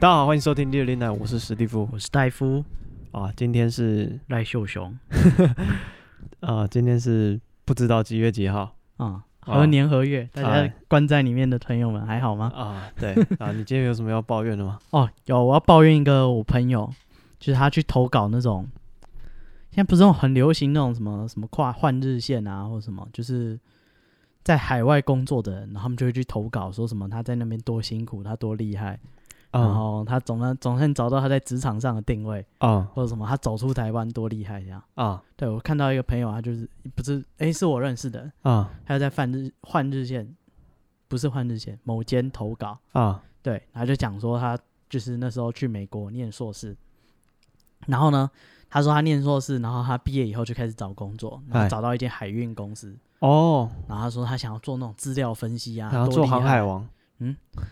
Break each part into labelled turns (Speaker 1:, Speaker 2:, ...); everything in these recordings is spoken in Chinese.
Speaker 1: 大家好，欢迎收听六零奶，我是史蒂夫
Speaker 2: 我是戴夫
Speaker 1: 啊。今天是
Speaker 2: 赖秀雄
Speaker 1: 啊，今天是不知道几月几号
Speaker 2: 啊，
Speaker 1: 啊
Speaker 2: 何年何月？大
Speaker 1: 哎
Speaker 2: 家关在里面的朋友们还好吗？
Speaker 1: 啊。对啊，你今天有什么要抱怨的吗？
Speaker 2: 哦，有，我要抱怨一个我朋友，就是他去投稿那种，现在不是那种很流行那种什么什么跨换日线啊，或者什么，就是在海外工作的人，然后他们就会去投稿，说什么他在那边多辛苦，他多厉害，嗯然
Speaker 1: 啊
Speaker 2: 后他总算总算找到他在职场上的定位，
Speaker 1: 啊
Speaker 2: 或者什么他走出台湾多厉害这样。
Speaker 1: 啊
Speaker 2: 对我看到一个朋友，他就是不是诶，是我认识的，
Speaker 1: 啊
Speaker 2: 他在换日换日线，不是换日线，某间投稿，
Speaker 1: 啊
Speaker 2: 对，然后就讲说他就是那时候去美国念硕士，然后呢，他说他念硕士，然后他毕业以后就开始找工作，然
Speaker 1: 哎
Speaker 2: 后找到一间海运公司，
Speaker 1: 哦，
Speaker 2: 然后他说他想要做那种资料分析啊，
Speaker 1: 然后
Speaker 2: 多
Speaker 1: 做
Speaker 2: 厉
Speaker 1: 航
Speaker 2: 害
Speaker 1: 海，王，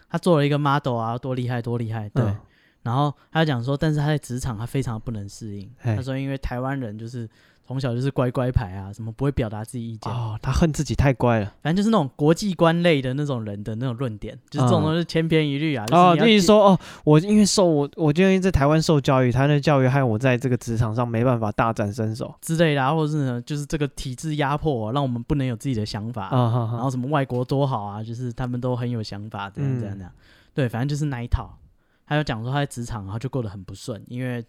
Speaker 2: 他做了一个 model 啊，多厉害多厉害，对，
Speaker 1: 嗯
Speaker 2: 然后他讲说，但是他在职场他非常不能适应，
Speaker 1: 嘿
Speaker 2: 他说因为台湾人就是从小就是乖乖牌啊，什么不会表达自己意见，
Speaker 1: 哦，他恨自己太乖了
Speaker 2: 反正就是那种国际观类的那种人的那种论点，就是这种东西千篇一律啊。
Speaker 1: 嗯哦，
Speaker 2: 就是你要
Speaker 1: 意思说哦，我因为受我我就因为在台湾受教育，他的教育害我在这个职场上没办法大展身手
Speaker 2: 之类的、啊，或者是呢，就是这个体制压迫我、让我们不能有自己的想法。
Speaker 1: 啊哈
Speaker 2: 然
Speaker 1: 哈
Speaker 2: 后什么外国多好啊，就是他们都很有想法，这样这样
Speaker 1: 嗯
Speaker 2: 这样。对，反正就是那一套。他就讲说他在职场，然后就过得很不顺，因为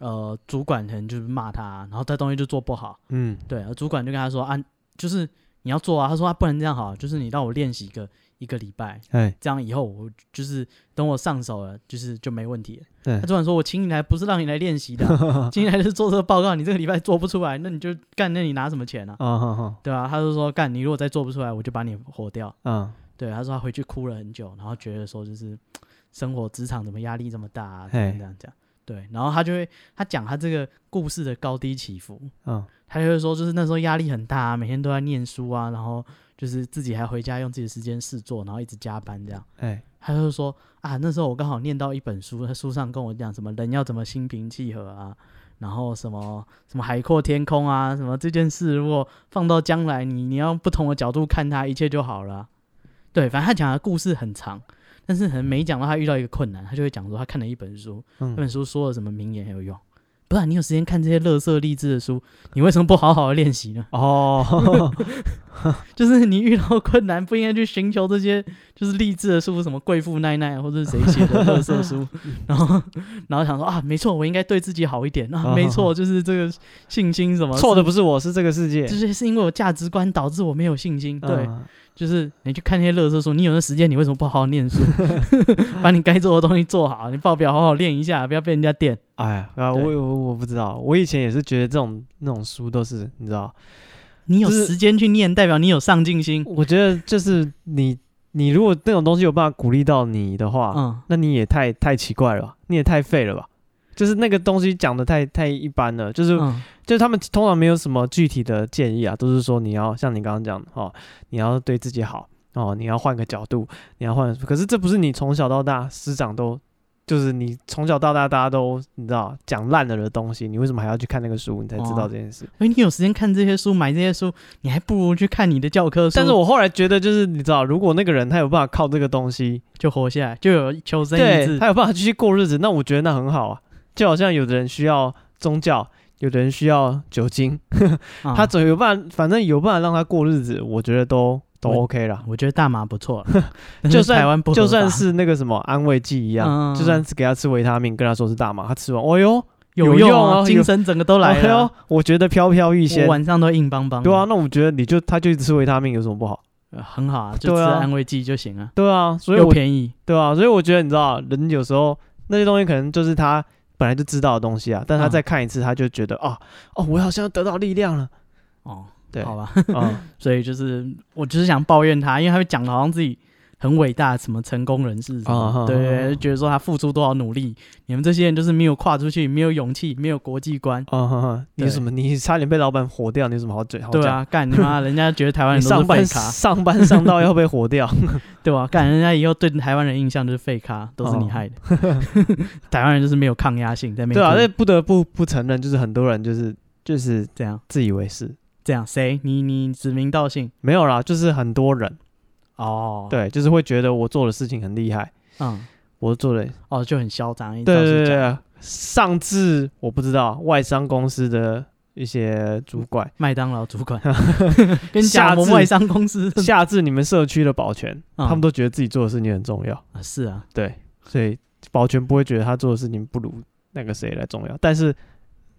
Speaker 2: 呃，主管可能就是骂他，啊然后他东西就做不好。
Speaker 1: 嗯
Speaker 2: 对，而主管就跟他说啊，就是你要做啊。他说啊，不然这样好了，就是你让我练习个一个礼拜，
Speaker 1: 哎
Speaker 2: 这样以后我就是等我上手了，就是就没问题了。
Speaker 1: 对
Speaker 2: 他突然说：“我请你来不是让你来练习的 啊、请你来是做这个报告，你这个礼拜做不出来，那你就干，那你拿什么钱啊？
Speaker 1: 啊哈哈
Speaker 2: 对吧、他就说：“干，你如果再做不出来，我就把你火掉。
Speaker 1: 啊”
Speaker 2: 对，他说他回去哭了很久，然后觉得说就是嘖生活职场怎么压力这么大、啊，这
Speaker 1: 嘿
Speaker 2: 样这样讲。对，然后他就会他讲他这个故事的高低起伏，
Speaker 1: 啊
Speaker 2: 他就会说，就是那时候压力很大、啊，每天都在念书啊，然后就是自己还回家用自己的时间试做，然后一直加班这样。
Speaker 1: 哎
Speaker 2: 他就说啊，那时候我刚好念到一本书，他书上跟我讲什么人要怎么心平气和啊，然后什么什么海阔天空啊，什么这件事如果放到将来，你你要用不同的角度看它，一切就好了啊、对，反正他讲的故事很长，但是可能每讲到他遇到一个困难，他就会讲说他看了一本书，
Speaker 1: 嗯
Speaker 2: 那本书说了什么名言很有用。不然你有时间看这些乐色励志的书，你为什么不好好的练习呢？
Speaker 1: 哦
Speaker 2: 就是你遇到困难，不应该去寻求这些就是励志的书，什么贵妇奈奈或者是谁写的垃 圾书，然后然后想说啊，没错，我应该对自己好一点啊，没错，就是这个信心什么
Speaker 1: 错的，不是我是这个世界
Speaker 2: 是就是是因为我价值观导致我没有信心。对，
Speaker 1: 嗯
Speaker 2: 就是你去看那些垃圾书，你有那时间，你为什么不好好念书， 把你该做的东西做好，你报表好好练一下，不要被人家电。
Speaker 1: 哎呀，啊，我
Speaker 2: 对
Speaker 1: 我我不知道，我以前也是觉得这种那种书都是，你知道，
Speaker 2: 你有
Speaker 1: 就是
Speaker 2: 时间去念，代表你有上进心。
Speaker 1: 我觉得就是你你如果那种东西有办法鼓励到你的话，
Speaker 2: 嗯，
Speaker 1: 那你也太太奇怪了吧，你也太废了吧，就是那个东西讲的太太一般了，就是、
Speaker 2: 嗯
Speaker 1: 就是他们通常没有什么具体的建议啊，都是说你要像你刚刚讲的哦，你要对自己好哦，你要换个角度，你要换，可是这不是你从小到大师长都。就是你从小到大，大家都你知道讲烂了的东西，你为什么还要去看那个书？你才知道
Speaker 2: 哦
Speaker 1: 这件事。
Speaker 2: 因为你有时间看这些书，买这些书，你还不如去看你的教科书。
Speaker 1: 但是我后来觉得，就是你知道，如果那个人他有办法靠这个东西，
Speaker 2: 就活下来，就有求生意
Speaker 1: 对
Speaker 2: 志啊
Speaker 1: 他。有办法继续过日子，那我觉得那很好啊。就好像有的人需要宗教，有的人需要酒精，
Speaker 2: 啊
Speaker 1: 他总有办法，反正有办法让他过日子，我觉得都都
Speaker 2: 我
Speaker 1: OK 啦。，
Speaker 2: 我觉得大麻不 错了但是
Speaker 1: 就算
Speaker 2: 台湾不合法
Speaker 1: 就算是那个什么安慰剂一样，
Speaker 2: 嗯
Speaker 1: 就算是给他吃维他命，跟他说是大麻，他吃完，哦哟，
Speaker 2: 有
Speaker 1: 有用
Speaker 2: 用
Speaker 1: 啊
Speaker 2: 啊，精神整个都来
Speaker 1: 哎
Speaker 2: 了
Speaker 1: 呦
Speaker 2: 啊。，
Speaker 1: 我觉得飘飘欲
Speaker 2: 我
Speaker 1: 仙。
Speaker 2: 晚上都硬邦邦的，
Speaker 1: 对啊，那我觉得你就他就一直吃维他命有什么不好？
Speaker 2: 呃，很好啊，
Speaker 1: 对
Speaker 2: 就吃
Speaker 1: 啊
Speaker 2: 安慰剂就行啊，
Speaker 1: 对啊，所以
Speaker 2: 又
Speaker 1: 我
Speaker 2: 便宜。
Speaker 1: 对啊，所以我觉得你知道，人有时候那些东西可能就是他本来就知道的东西啊，但他
Speaker 2: 嗯
Speaker 1: 再看一次，他就觉得哦哦，我好像得到力量 了。
Speaker 2: 哦，
Speaker 1: 对，
Speaker 2: 好吧，
Speaker 1: 嗯
Speaker 2: 所以就是我只是想抱怨他，因为他会讲的好像自己很伟大，什么成功人士什
Speaker 1: 啊
Speaker 2: 么，对对，对就觉得说他付出多少努力，你们这些人就是没有跨出去，没有勇气，没有国际观。
Speaker 1: 嗯哼哼，你有什么？你差点被老板火掉，你有什么好嘴好
Speaker 2: 对
Speaker 1: 讲？
Speaker 2: 啊，干你妈！人家觉得台湾
Speaker 1: 你
Speaker 2: 人都
Speaker 1: 上
Speaker 2: 是
Speaker 1: 班
Speaker 2: 废咖，
Speaker 1: 上班上到要被火掉，
Speaker 2: 对吧、干人家以后对台湾人印象就是废
Speaker 1: 哦
Speaker 2: 咖，都是你害的。 台湾人就是没有抗压性，在面
Speaker 1: 对啊，那不得不不承认，就是很多人就是就是
Speaker 2: 这样
Speaker 1: 自以为是，
Speaker 2: 这样，谁你你指名道姓
Speaker 1: 没有啦，就是很多人
Speaker 2: 哦，，
Speaker 1: 对，就是会觉得我做的事情很厉害，
Speaker 2: 嗯，
Speaker 1: 我做了，
Speaker 2: 哦，就很嚣张，
Speaker 1: 对
Speaker 2: 照
Speaker 1: 对
Speaker 2: 是
Speaker 1: 对
Speaker 2: 讲
Speaker 1: 对，上至我不知道外商公司的一些主 管，
Speaker 2: 麦当劳主 管跟你
Speaker 1: 下
Speaker 2: 讲，我
Speaker 1: 次
Speaker 2: 们外商公司
Speaker 1: 下至你们社区的保全，
Speaker 2: 嗯
Speaker 1: 他们都觉得自己做的事情很重要，
Speaker 2: 啊是啊，
Speaker 1: 对，所以保全不会觉得他做的事情不如那个谁来重要，但是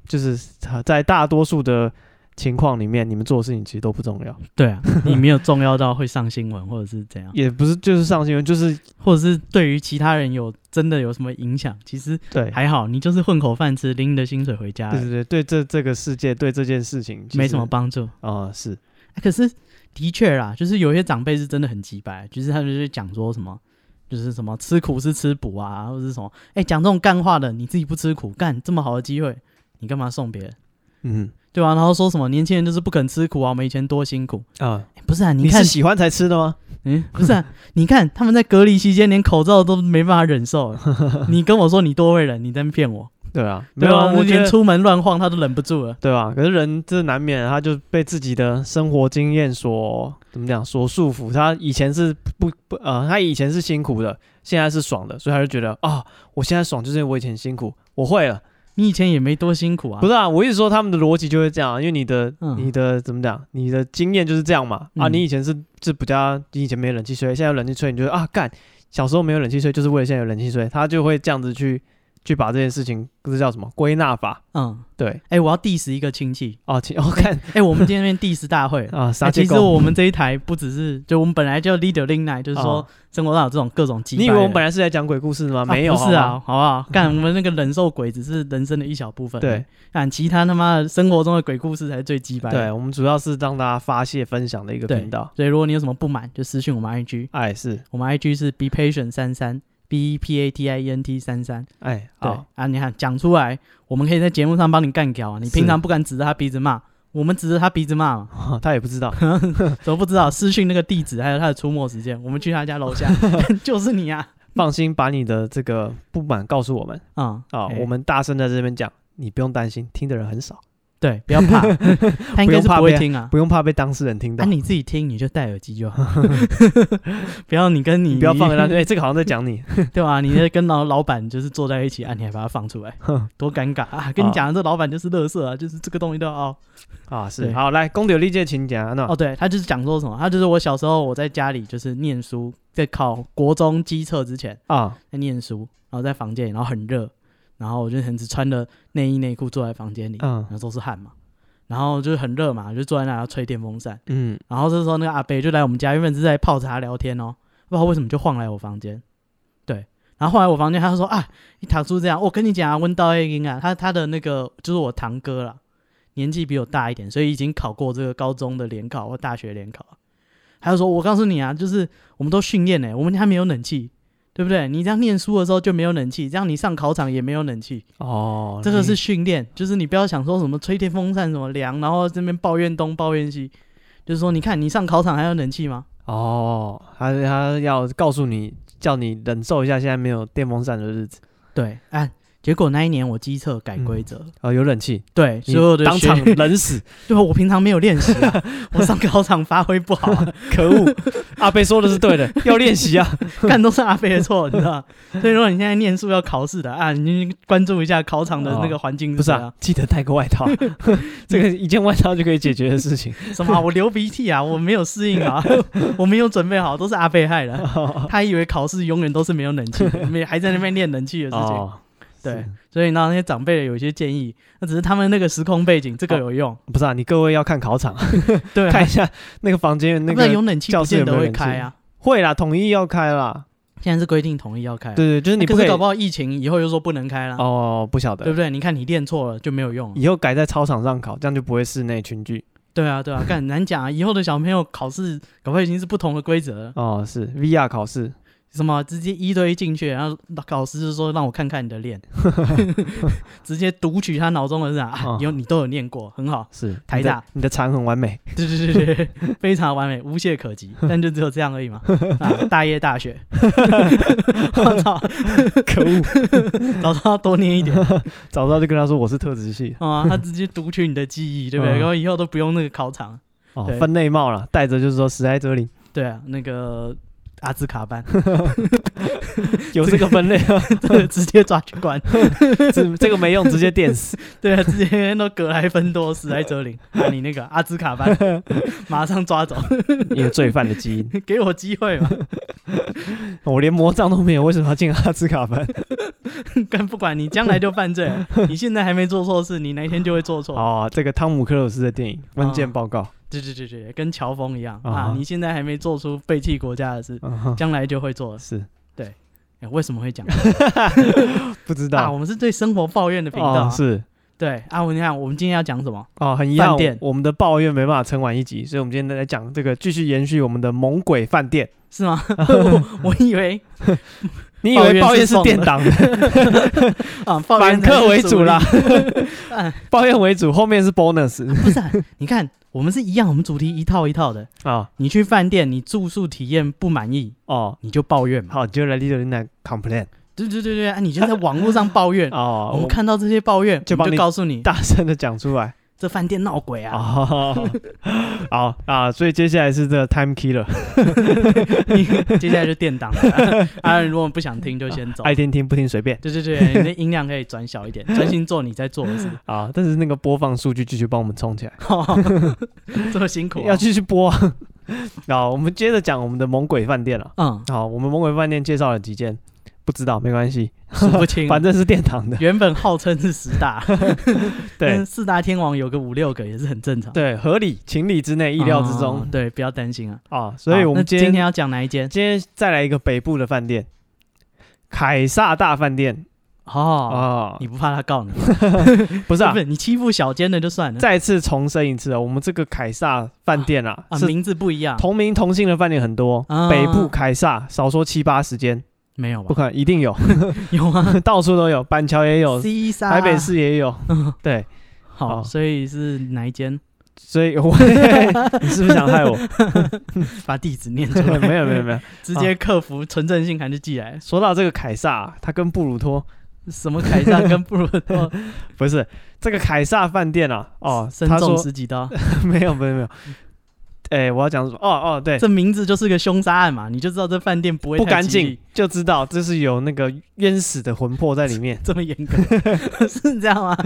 Speaker 1: 就是他在大多数的情况里面，你们做的事情其实都不重要，
Speaker 2: 对啊，你没有重要到会上新闻或者是怎样，
Speaker 1: 也不是就是上新闻，就是
Speaker 2: 或者是对于其他人有真的有什么影响，其实
Speaker 1: 对，
Speaker 2: 还好，你就是混口饭吃，拎着薪水回家，
Speaker 1: 对对对，对这这个世界对这件事情其
Speaker 2: 没
Speaker 1: 实
Speaker 2: 什么帮助。
Speaker 1: 啊、是
Speaker 2: 哎可是的确啦，就是有一些长辈是真的很鸡掰，就是他们就是讲说什么，就是什么吃苦是吃补啊，或者是什么，哎、讲这种干话的，你自己不吃苦，干这么好的机会，你干嘛送别人？
Speaker 1: 嗯
Speaker 2: 对啊吧、然后说什么年轻人就是不肯吃苦啊，我们以前多辛苦。
Speaker 1: 啊，
Speaker 2: 哎不是啊，
Speaker 1: 你
Speaker 2: 看
Speaker 1: 是，喜欢才吃的吗？
Speaker 2: 嗯，不是啊，你看他们在隔离期间连口罩都没办法忍受了， 你跟我说你多会忍，你在那骗我，
Speaker 1: 对啊，没
Speaker 2: 对
Speaker 1: 有
Speaker 2: 吧、
Speaker 1: 啊，
Speaker 2: 我
Speaker 1: 我觉
Speaker 2: 连
Speaker 1: 得
Speaker 2: 出门乱晃他都忍不住了。
Speaker 1: 对啊吧？可是人这难免，他就被自己的生活经验所怎么讲所束缚。他以前是不不呃，他以前是辛苦的，现在是爽的，所以他就觉得啊、我现在爽就是因为我以前辛苦，我会了。
Speaker 2: 你以前也没多辛苦啊，
Speaker 1: 不是啊，我一直说他们的逻辑就会这样啊，因为你的、
Speaker 2: 嗯
Speaker 1: 你的怎么讲，你的经验就是这样嘛。啊，
Speaker 2: 嗯
Speaker 1: 你以前是是比较，你以前没冷气吹，现在有冷气吹，你就会啊干，小时候没有冷气吹，就是为了现在有冷气吹，他就会这样子去去把这件事情，这叫什么归纳法？
Speaker 2: 嗯，
Speaker 1: 对，
Speaker 2: 哎、我要 diss 一个亲戚，
Speaker 1: 哦，请哦看
Speaker 2: 哎、我们今天变 diss 大会了。
Speaker 1: 啊，
Speaker 2: 哎
Speaker 1: 杀
Speaker 2: 其
Speaker 1: 鸡
Speaker 2: 实
Speaker 1: 狗。
Speaker 2: 我们这一台不只是，就我们本来就 leader l i n i 就是说
Speaker 1: 哦
Speaker 2: 生活上有这种各种鸡。
Speaker 1: 你以为我们本来是在讲鬼故事的吗？没有，
Speaker 2: 啊不是啊，
Speaker 1: 好
Speaker 2: 好不好？ 干，我们那个忍受鬼只是人生的一小部分。
Speaker 1: 不好，对，
Speaker 2: 干其他他妈的生活中的鬼故事才是最鸡掰。
Speaker 1: 对，，我们主要是让大家发泄分享的一个
Speaker 2: 对
Speaker 1: 频道。
Speaker 2: 所以如果你有什么不满，就私信我们 IG，
Speaker 1: 哎，是，
Speaker 2: 我们 IG 是 be patient 三三 b e p a t i e n t 三三。
Speaker 1: 哎，
Speaker 2: 对
Speaker 1: 好，
Speaker 2: 啊，你看讲出来，我们可以在节目上帮你干掉啊。你平
Speaker 1: 是
Speaker 2: 常不敢指着他鼻子骂，我们指着他鼻子骂嘛。
Speaker 1: 哦 他也不知道，
Speaker 2: 怎么不知道私讯那个地址，还有他的出没时间？我们去他家楼下， 就是你啊！
Speaker 1: 放心，把你的这个不满告诉我们。
Speaker 2: 啊、
Speaker 1: 啊、
Speaker 2: 哎
Speaker 1: 我们大声在这边讲，你不用担心，听的人很少，
Speaker 2: 对，不要怕， 他应该是不会听啊。
Speaker 1: 不用怕被当事人听
Speaker 2: 那、
Speaker 1: 到。
Speaker 2: 啊、你自己听，你就戴耳机 就好，不要你跟你
Speaker 1: 你不要放给他，哎、这个好像在讲你。
Speaker 2: 对吧、你在跟老老板就是坐在一起，啊，你还把它放 出来，多尴尬啊！跟你讲，这老板就是乐色啊，就是这个东西都要凹。
Speaker 1: 啊，是
Speaker 2: 对
Speaker 1: 好，来，公有利剑，请讲。啊那、
Speaker 2: 哦，对，他就是讲说什么，他就是我小时候我在家里就是念书，在考国中机测之前，
Speaker 1: 啊，
Speaker 2: 在念书，然后在房间里，然后很热，然后我就很只穿着内衣内裤坐在房间里，
Speaker 1: 嗯
Speaker 2: 然后都是汗嘛，然后就是很热嘛，就坐在那然后吹电风扇，
Speaker 1: 嗯，
Speaker 2: 然后这时候那个阿北就来我们家，原本是在泡茶聊天哦，不知道为什么就晃来我房间，对，然后晃来我房间，他就说啊，你堂叔这样，我跟你讲啊，温到英啊，他他的那个就是我堂哥啦，年纪比我大一点，所以已经考过这个高中的联考或大学联考了，他就说我告诉你啊，就是我们都训练呢、欸我们家没有冷气。对不对？你这样念书的时候就没有冷气，这样你上考场也没有冷气，
Speaker 1: 哦，
Speaker 2: 这个
Speaker 1: 你
Speaker 2: 是训练，就是你不要想说什么吹电风扇什么凉，然后这边抱怨东抱怨西，就是说你看你上考场还有冷气吗？
Speaker 1: 哦，他他要告诉你，叫你忍受一下现在没有电风扇的日子。
Speaker 2: 对，啊，结果那一年我机测改规则，
Speaker 1: 啊，有冷气，
Speaker 2: 对，
Speaker 1: 你
Speaker 2: 所有的
Speaker 1: 当
Speaker 2: 学
Speaker 1: 场冷 死，
Speaker 2: 对啊吧？我平常没有练习、 啊，我上考场发挥不好、啊，
Speaker 1: 可恶！阿贝说的是对 的，要练习啊。
Speaker 2: 干都是阿飞的错，你知道吗？所以如果你现在念书要考试的啊，你就关注一下考场的那个环境
Speaker 1: 不是
Speaker 2: 怎么
Speaker 1: 啊
Speaker 2: 样，，
Speaker 1: 记得带个外 套，这个一件外套就可以解决的事情。
Speaker 2: 什么啊、我流鼻涕啊，我没有适应啊， 我没有准备好，都是阿飞 害的。他以为考试永远都是没有冷气的，没还在那边练冷气的事情。
Speaker 1: 哦，
Speaker 2: 对
Speaker 1: 是，
Speaker 2: 所以呢，那些长辈有一些建议，那只是他们那个时空背景，这个 有用。
Speaker 1: 不是啊，你各位要看考 场，
Speaker 2: 对啊，
Speaker 1: 看一下那个房间那
Speaker 2: 那
Speaker 1: 个
Speaker 2: 有冷气
Speaker 1: 教
Speaker 2: 啊不
Speaker 1: 室有
Speaker 2: 见
Speaker 1: 没有
Speaker 2: 得会
Speaker 1: 冷气
Speaker 2: 开啊。
Speaker 1: 会啦，统一要开啦。
Speaker 2: 现在是规定统一要开啊，
Speaker 1: 对对，就是
Speaker 2: 那
Speaker 1: 你不
Speaker 2: 可
Speaker 1: 哎可以
Speaker 2: 是搞不好疫情以后又说不能开了，
Speaker 1: 哦，嗯不晓
Speaker 2: 对
Speaker 1: 得
Speaker 2: 不，对？你看你练错了就没有用了。
Speaker 1: 以后改在操场上考，这样就不会室内群聚。
Speaker 2: 对啊，对啊，干很难讲啊。以后的小朋友考试搞不好已经是不同的规则了，
Speaker 1: 哦，是 VR 考试，
Speaker 2: 什么直接一对一进去，然后老师就说让我看看你 的脸， 直接读取他脑中的是啊，啊
Speaker 1: 哦
Speaker 2: 有你都有念过，很好。
Speaker 1: 是
Speaker 2: 台大
Speaker 1: 你的，你的禅很完美。
Speaker 2: 对对对对，对 非常完美，无懈可击，但就只有这样而已嘛。啊，大业大学， 我操，
Speaker 1: 可 恶，
Speaker 2: 早知道多念一点
Speaker 1: 早知道就跟他说我是特职系，
Speaker 2: 啊，他直接读取你的记忆，对不对？
Speaker 1: 嗯
Speaker 2: 然后以后都不用那个考场，
Speaker 1: 哦
Speaker 2: 对，
Speaker 1: 分内帽了，戴着就是说时来则灵。
Speaker 2: 对啊，那个阿兹卡班，
Speaker 1: 有这个分类啊，
Speaker 2: 对，直接抓去关，
Speaker 1: 这这个没用，直接电死。
Speaker 2: 对啊，直接都格莱芬多、史莱哲林，啊、你那个阿兹卡班， 马上抓走，
Speaker 1: 你有罪犯的基因，
Speaker 2: 给我机会嘛，
Speaker 1: 我连魔杖都没有，为什么要进阿兹卡 班？
Speaker 2: 跟不管你将来就犯罪 了，你现在还没做错事，你哪一天就会做错。
Speaker 1: 哦，这个汤姆克鲁斯的电影《关键
Speaker 2: 哦
Speaker 1: 报告》
Speaker 2: 对对对对，跟乔峰一样、
Speaker 1: 啊
Speaker 2: 啊
Speaker 1: 哈，
Speaker 2: 你现在还没做出背弃国家的事，
Speaker 1: 嗯哼，
Speaker 2: 将来就会做。
Speaker 1: 是
Speaker 2: 哎为什 么会讲
Speaker 1: 不知
Speaker 2: 啊？
Speaker 1: 道
Speaker 2: 我们是对生活抱怨的频道啊、
Speaker 1: 哦，是
Speaker 2: 对啊，我你看，我们今天要讲什么？
Speaker 1: 哦，很遗憾
Speaker 2: 饭店，
Speaker 1: 我们的抱怨没办法撑完一集，所以我们今天来讲这个，继续延续我们的猛鬼饭店。
Speaker 2: 是 吗？我我以为
Speaker 1: 你以为抱
Speaker 2: 抱
Speaker 1: 怨
Speaker 2: 怨
Speaker 1: 是
Speaker 2: 是
Speaker 1: 电 档的，
Speaker 2: 啊，抱
Speaker 1: 反
Speaker 2: 怨才
Speaker 1: 客
Speaker 2: 是
Speaker 1: 为
Speaker 2: 主
Speaker 1: 主
Speaker 2: 力
Speaker 1: 啦。
Speaker 2: 啊，
Speaker 1: 抱怨为主，后面是 bonus
Speaker 2: 不是、啊，你看，我们是一样，我们主题一套一套的。
Speaker 1: 啊
Speaker 2: 你去饭店，你住宿体验不满意，
Speaker 1: 哦。
Speaker 2: 你就抱怨嘛。
Speaker 1: 好，就来 Little Lina complain
Speaker 2: 对对对对，啊，你就在网络上抱 怨。
Speaker 1: 哦，
Speaker 2: 我们看到这些抱怨，
Speaker 1: 就
Speaker 2: 就
Speaker 1: 帮
Speaker 2: 就
Speaker 1: 你
Speaker 2: 告诉你，
Speaker 1: 大声的讲出 来
Speaker 2: 这饭店闹鬼啊！
Speaker 1: 哦。好啊，所以接下来是这个 time killer，
Speaker 2: 你接下来就垫档了。 啊，如果不想听就先走。
Speaker 1: 爱听听不听随便
Speaker 2: 对对对，你的音量可以转 小一点，专心做你在做的事。
Speaker 1: 啊。但是那个播放数据继续帮我们冲起来，
Speaker 2: 这么辛苦、
Speaker 1: 要
Speaker 2: 啊，
Speaker 1: 继续播。 啊好，我们接着讲我们的猛鬼饭店了。
Speaker 2: 嗯，
Speaker 1: 好，我们猛鬼饭店介绍了几间，不知道没关系，
Speaker 2: 数不清。
Speaker 1: 反正是殿堂的。
Speaker 2: 原本号称是十大，但
Speaker 1: 对
Speaker 2: 是四大天王有个五六个也是很正常，
Speaker 1: 对，合理情理之内，意料之
Speaker 2: 啊
Speaker 1: 中
Speaker 2: 对，不要担心啊。
Speaker 1: 啊。所以
Speaker 2: 好
Speaker 1: 我
Speaker 2: 那
Speaker 1: 们今
Speaker 2: 今
Speaker 1: 天
Speaker 2: 天要讲哪一间？
Speaker 1: 今天再来一个北部的饭店，凯撒大饭店
Speaker 2: 哦，
Speaker 1: 啊，
Speaker 2: 你不怕他告你？
Speaker 1: 不是啊
Speaker 2: 不，是你欺负小奸的就算了，
Speaker 1: 再次重申一次啊，我们这个凯撒饭店啊，
Speaker 2: 啊，
Speaker 1: 是
Speaker 2: 名字不一样，
Speaker 1: 同名同姓的饭店很多，
Speaker 2: 啊
Speaker 1: 北部凯撒少说七八十间，
Speaker 2: 没有
Speaker 1: 不
Speaker 2: 吧？
Speaker 1: 可能一定有，
Speaker 2: 有啊
Speaker 1: 到处都有，板桥也 有，
Speaker 2: ，C 三
Speaker 1: 台北市也 有，对，
Speaker 2: 好，
Speaker 1: 哦
Speaker 2: 所以是哪一间？
Speaker 1: 所以我 你是不是想害我？
Speaker 2: 把地址念出来，
Speaker 1: 没有没哦有没有。
Speaker 2: 直接客服纯正信函就寄来。
Speaker 1: 说到这个凯撒啊，他跟布鲁托
Speaker 2: 什么凯撒跟布鲁 托
Speaker 1: 不是这个凯撒饭店啊，哦，
Speaker 2: 身
Speaker 1: 他说
Speaker 2: 中十几刀，
Speaker 1: 没有没有没有，哎，我要讲什么？哦哦，对，
Speaker 2: 嗯这名字就是个凶杀案嘛，你就知道这饭店不会
Speaker 1: 不
Speaker 2: 太
Speaker 1: 干
Speaker 2: 吉利，
Speaker 1: 净，就知道这是有那个冤死的魂魄在里面
Speaker 2: 这么严格 是这样吗？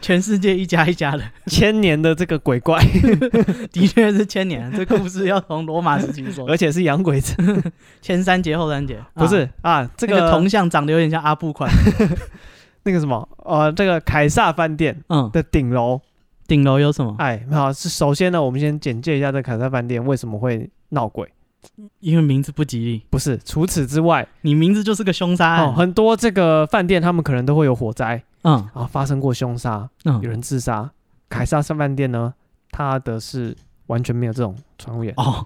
Speaker 2: 全世界一家一家的，
Speaker 1: 千年的这个鬼怪，
Speaker 2: 的确是千年。啊这故事要从罗马时 期说，
Speaker 1: 而且是洋鬼子，
Speaker 2: 前三节后三节
Speaker 1: 呃不
Speaker 2: 哦啊
Speaker 1: 是啊，这
Speaker 2: 这
Speaker 1: 个
Speaker 2: 个铜像长得有点像阿 布款，
Speaker 1: 那个什么，呃，这个凯撒饭店
Speaker 2: 嗯，
Speaker 1: 的顶楼，
Speaker 2: 顶楼有什么？
Speaker 1: 哎，好，是首先呢，我们先简介一下这凯撒饭店为什么会闹鬼。
Speaker 2: 因为名字不吉利，
Speaker 1: 不是，除此之外，
Speaker 2: 你名字就是个凶杀
Speaker 1: 哦，
Speaker 2: 案。
Speaker 1: 很多这个饭店他们可能都会有火灾
Speaker 2: 嗯
Speaker 1: 啊，发生过凶杀，有
Speaker 2: 嗯，
Speaker 1: 人自杀。凯撒上饭店呢，它的是完全没有这种传言，
Speaker 2: 哦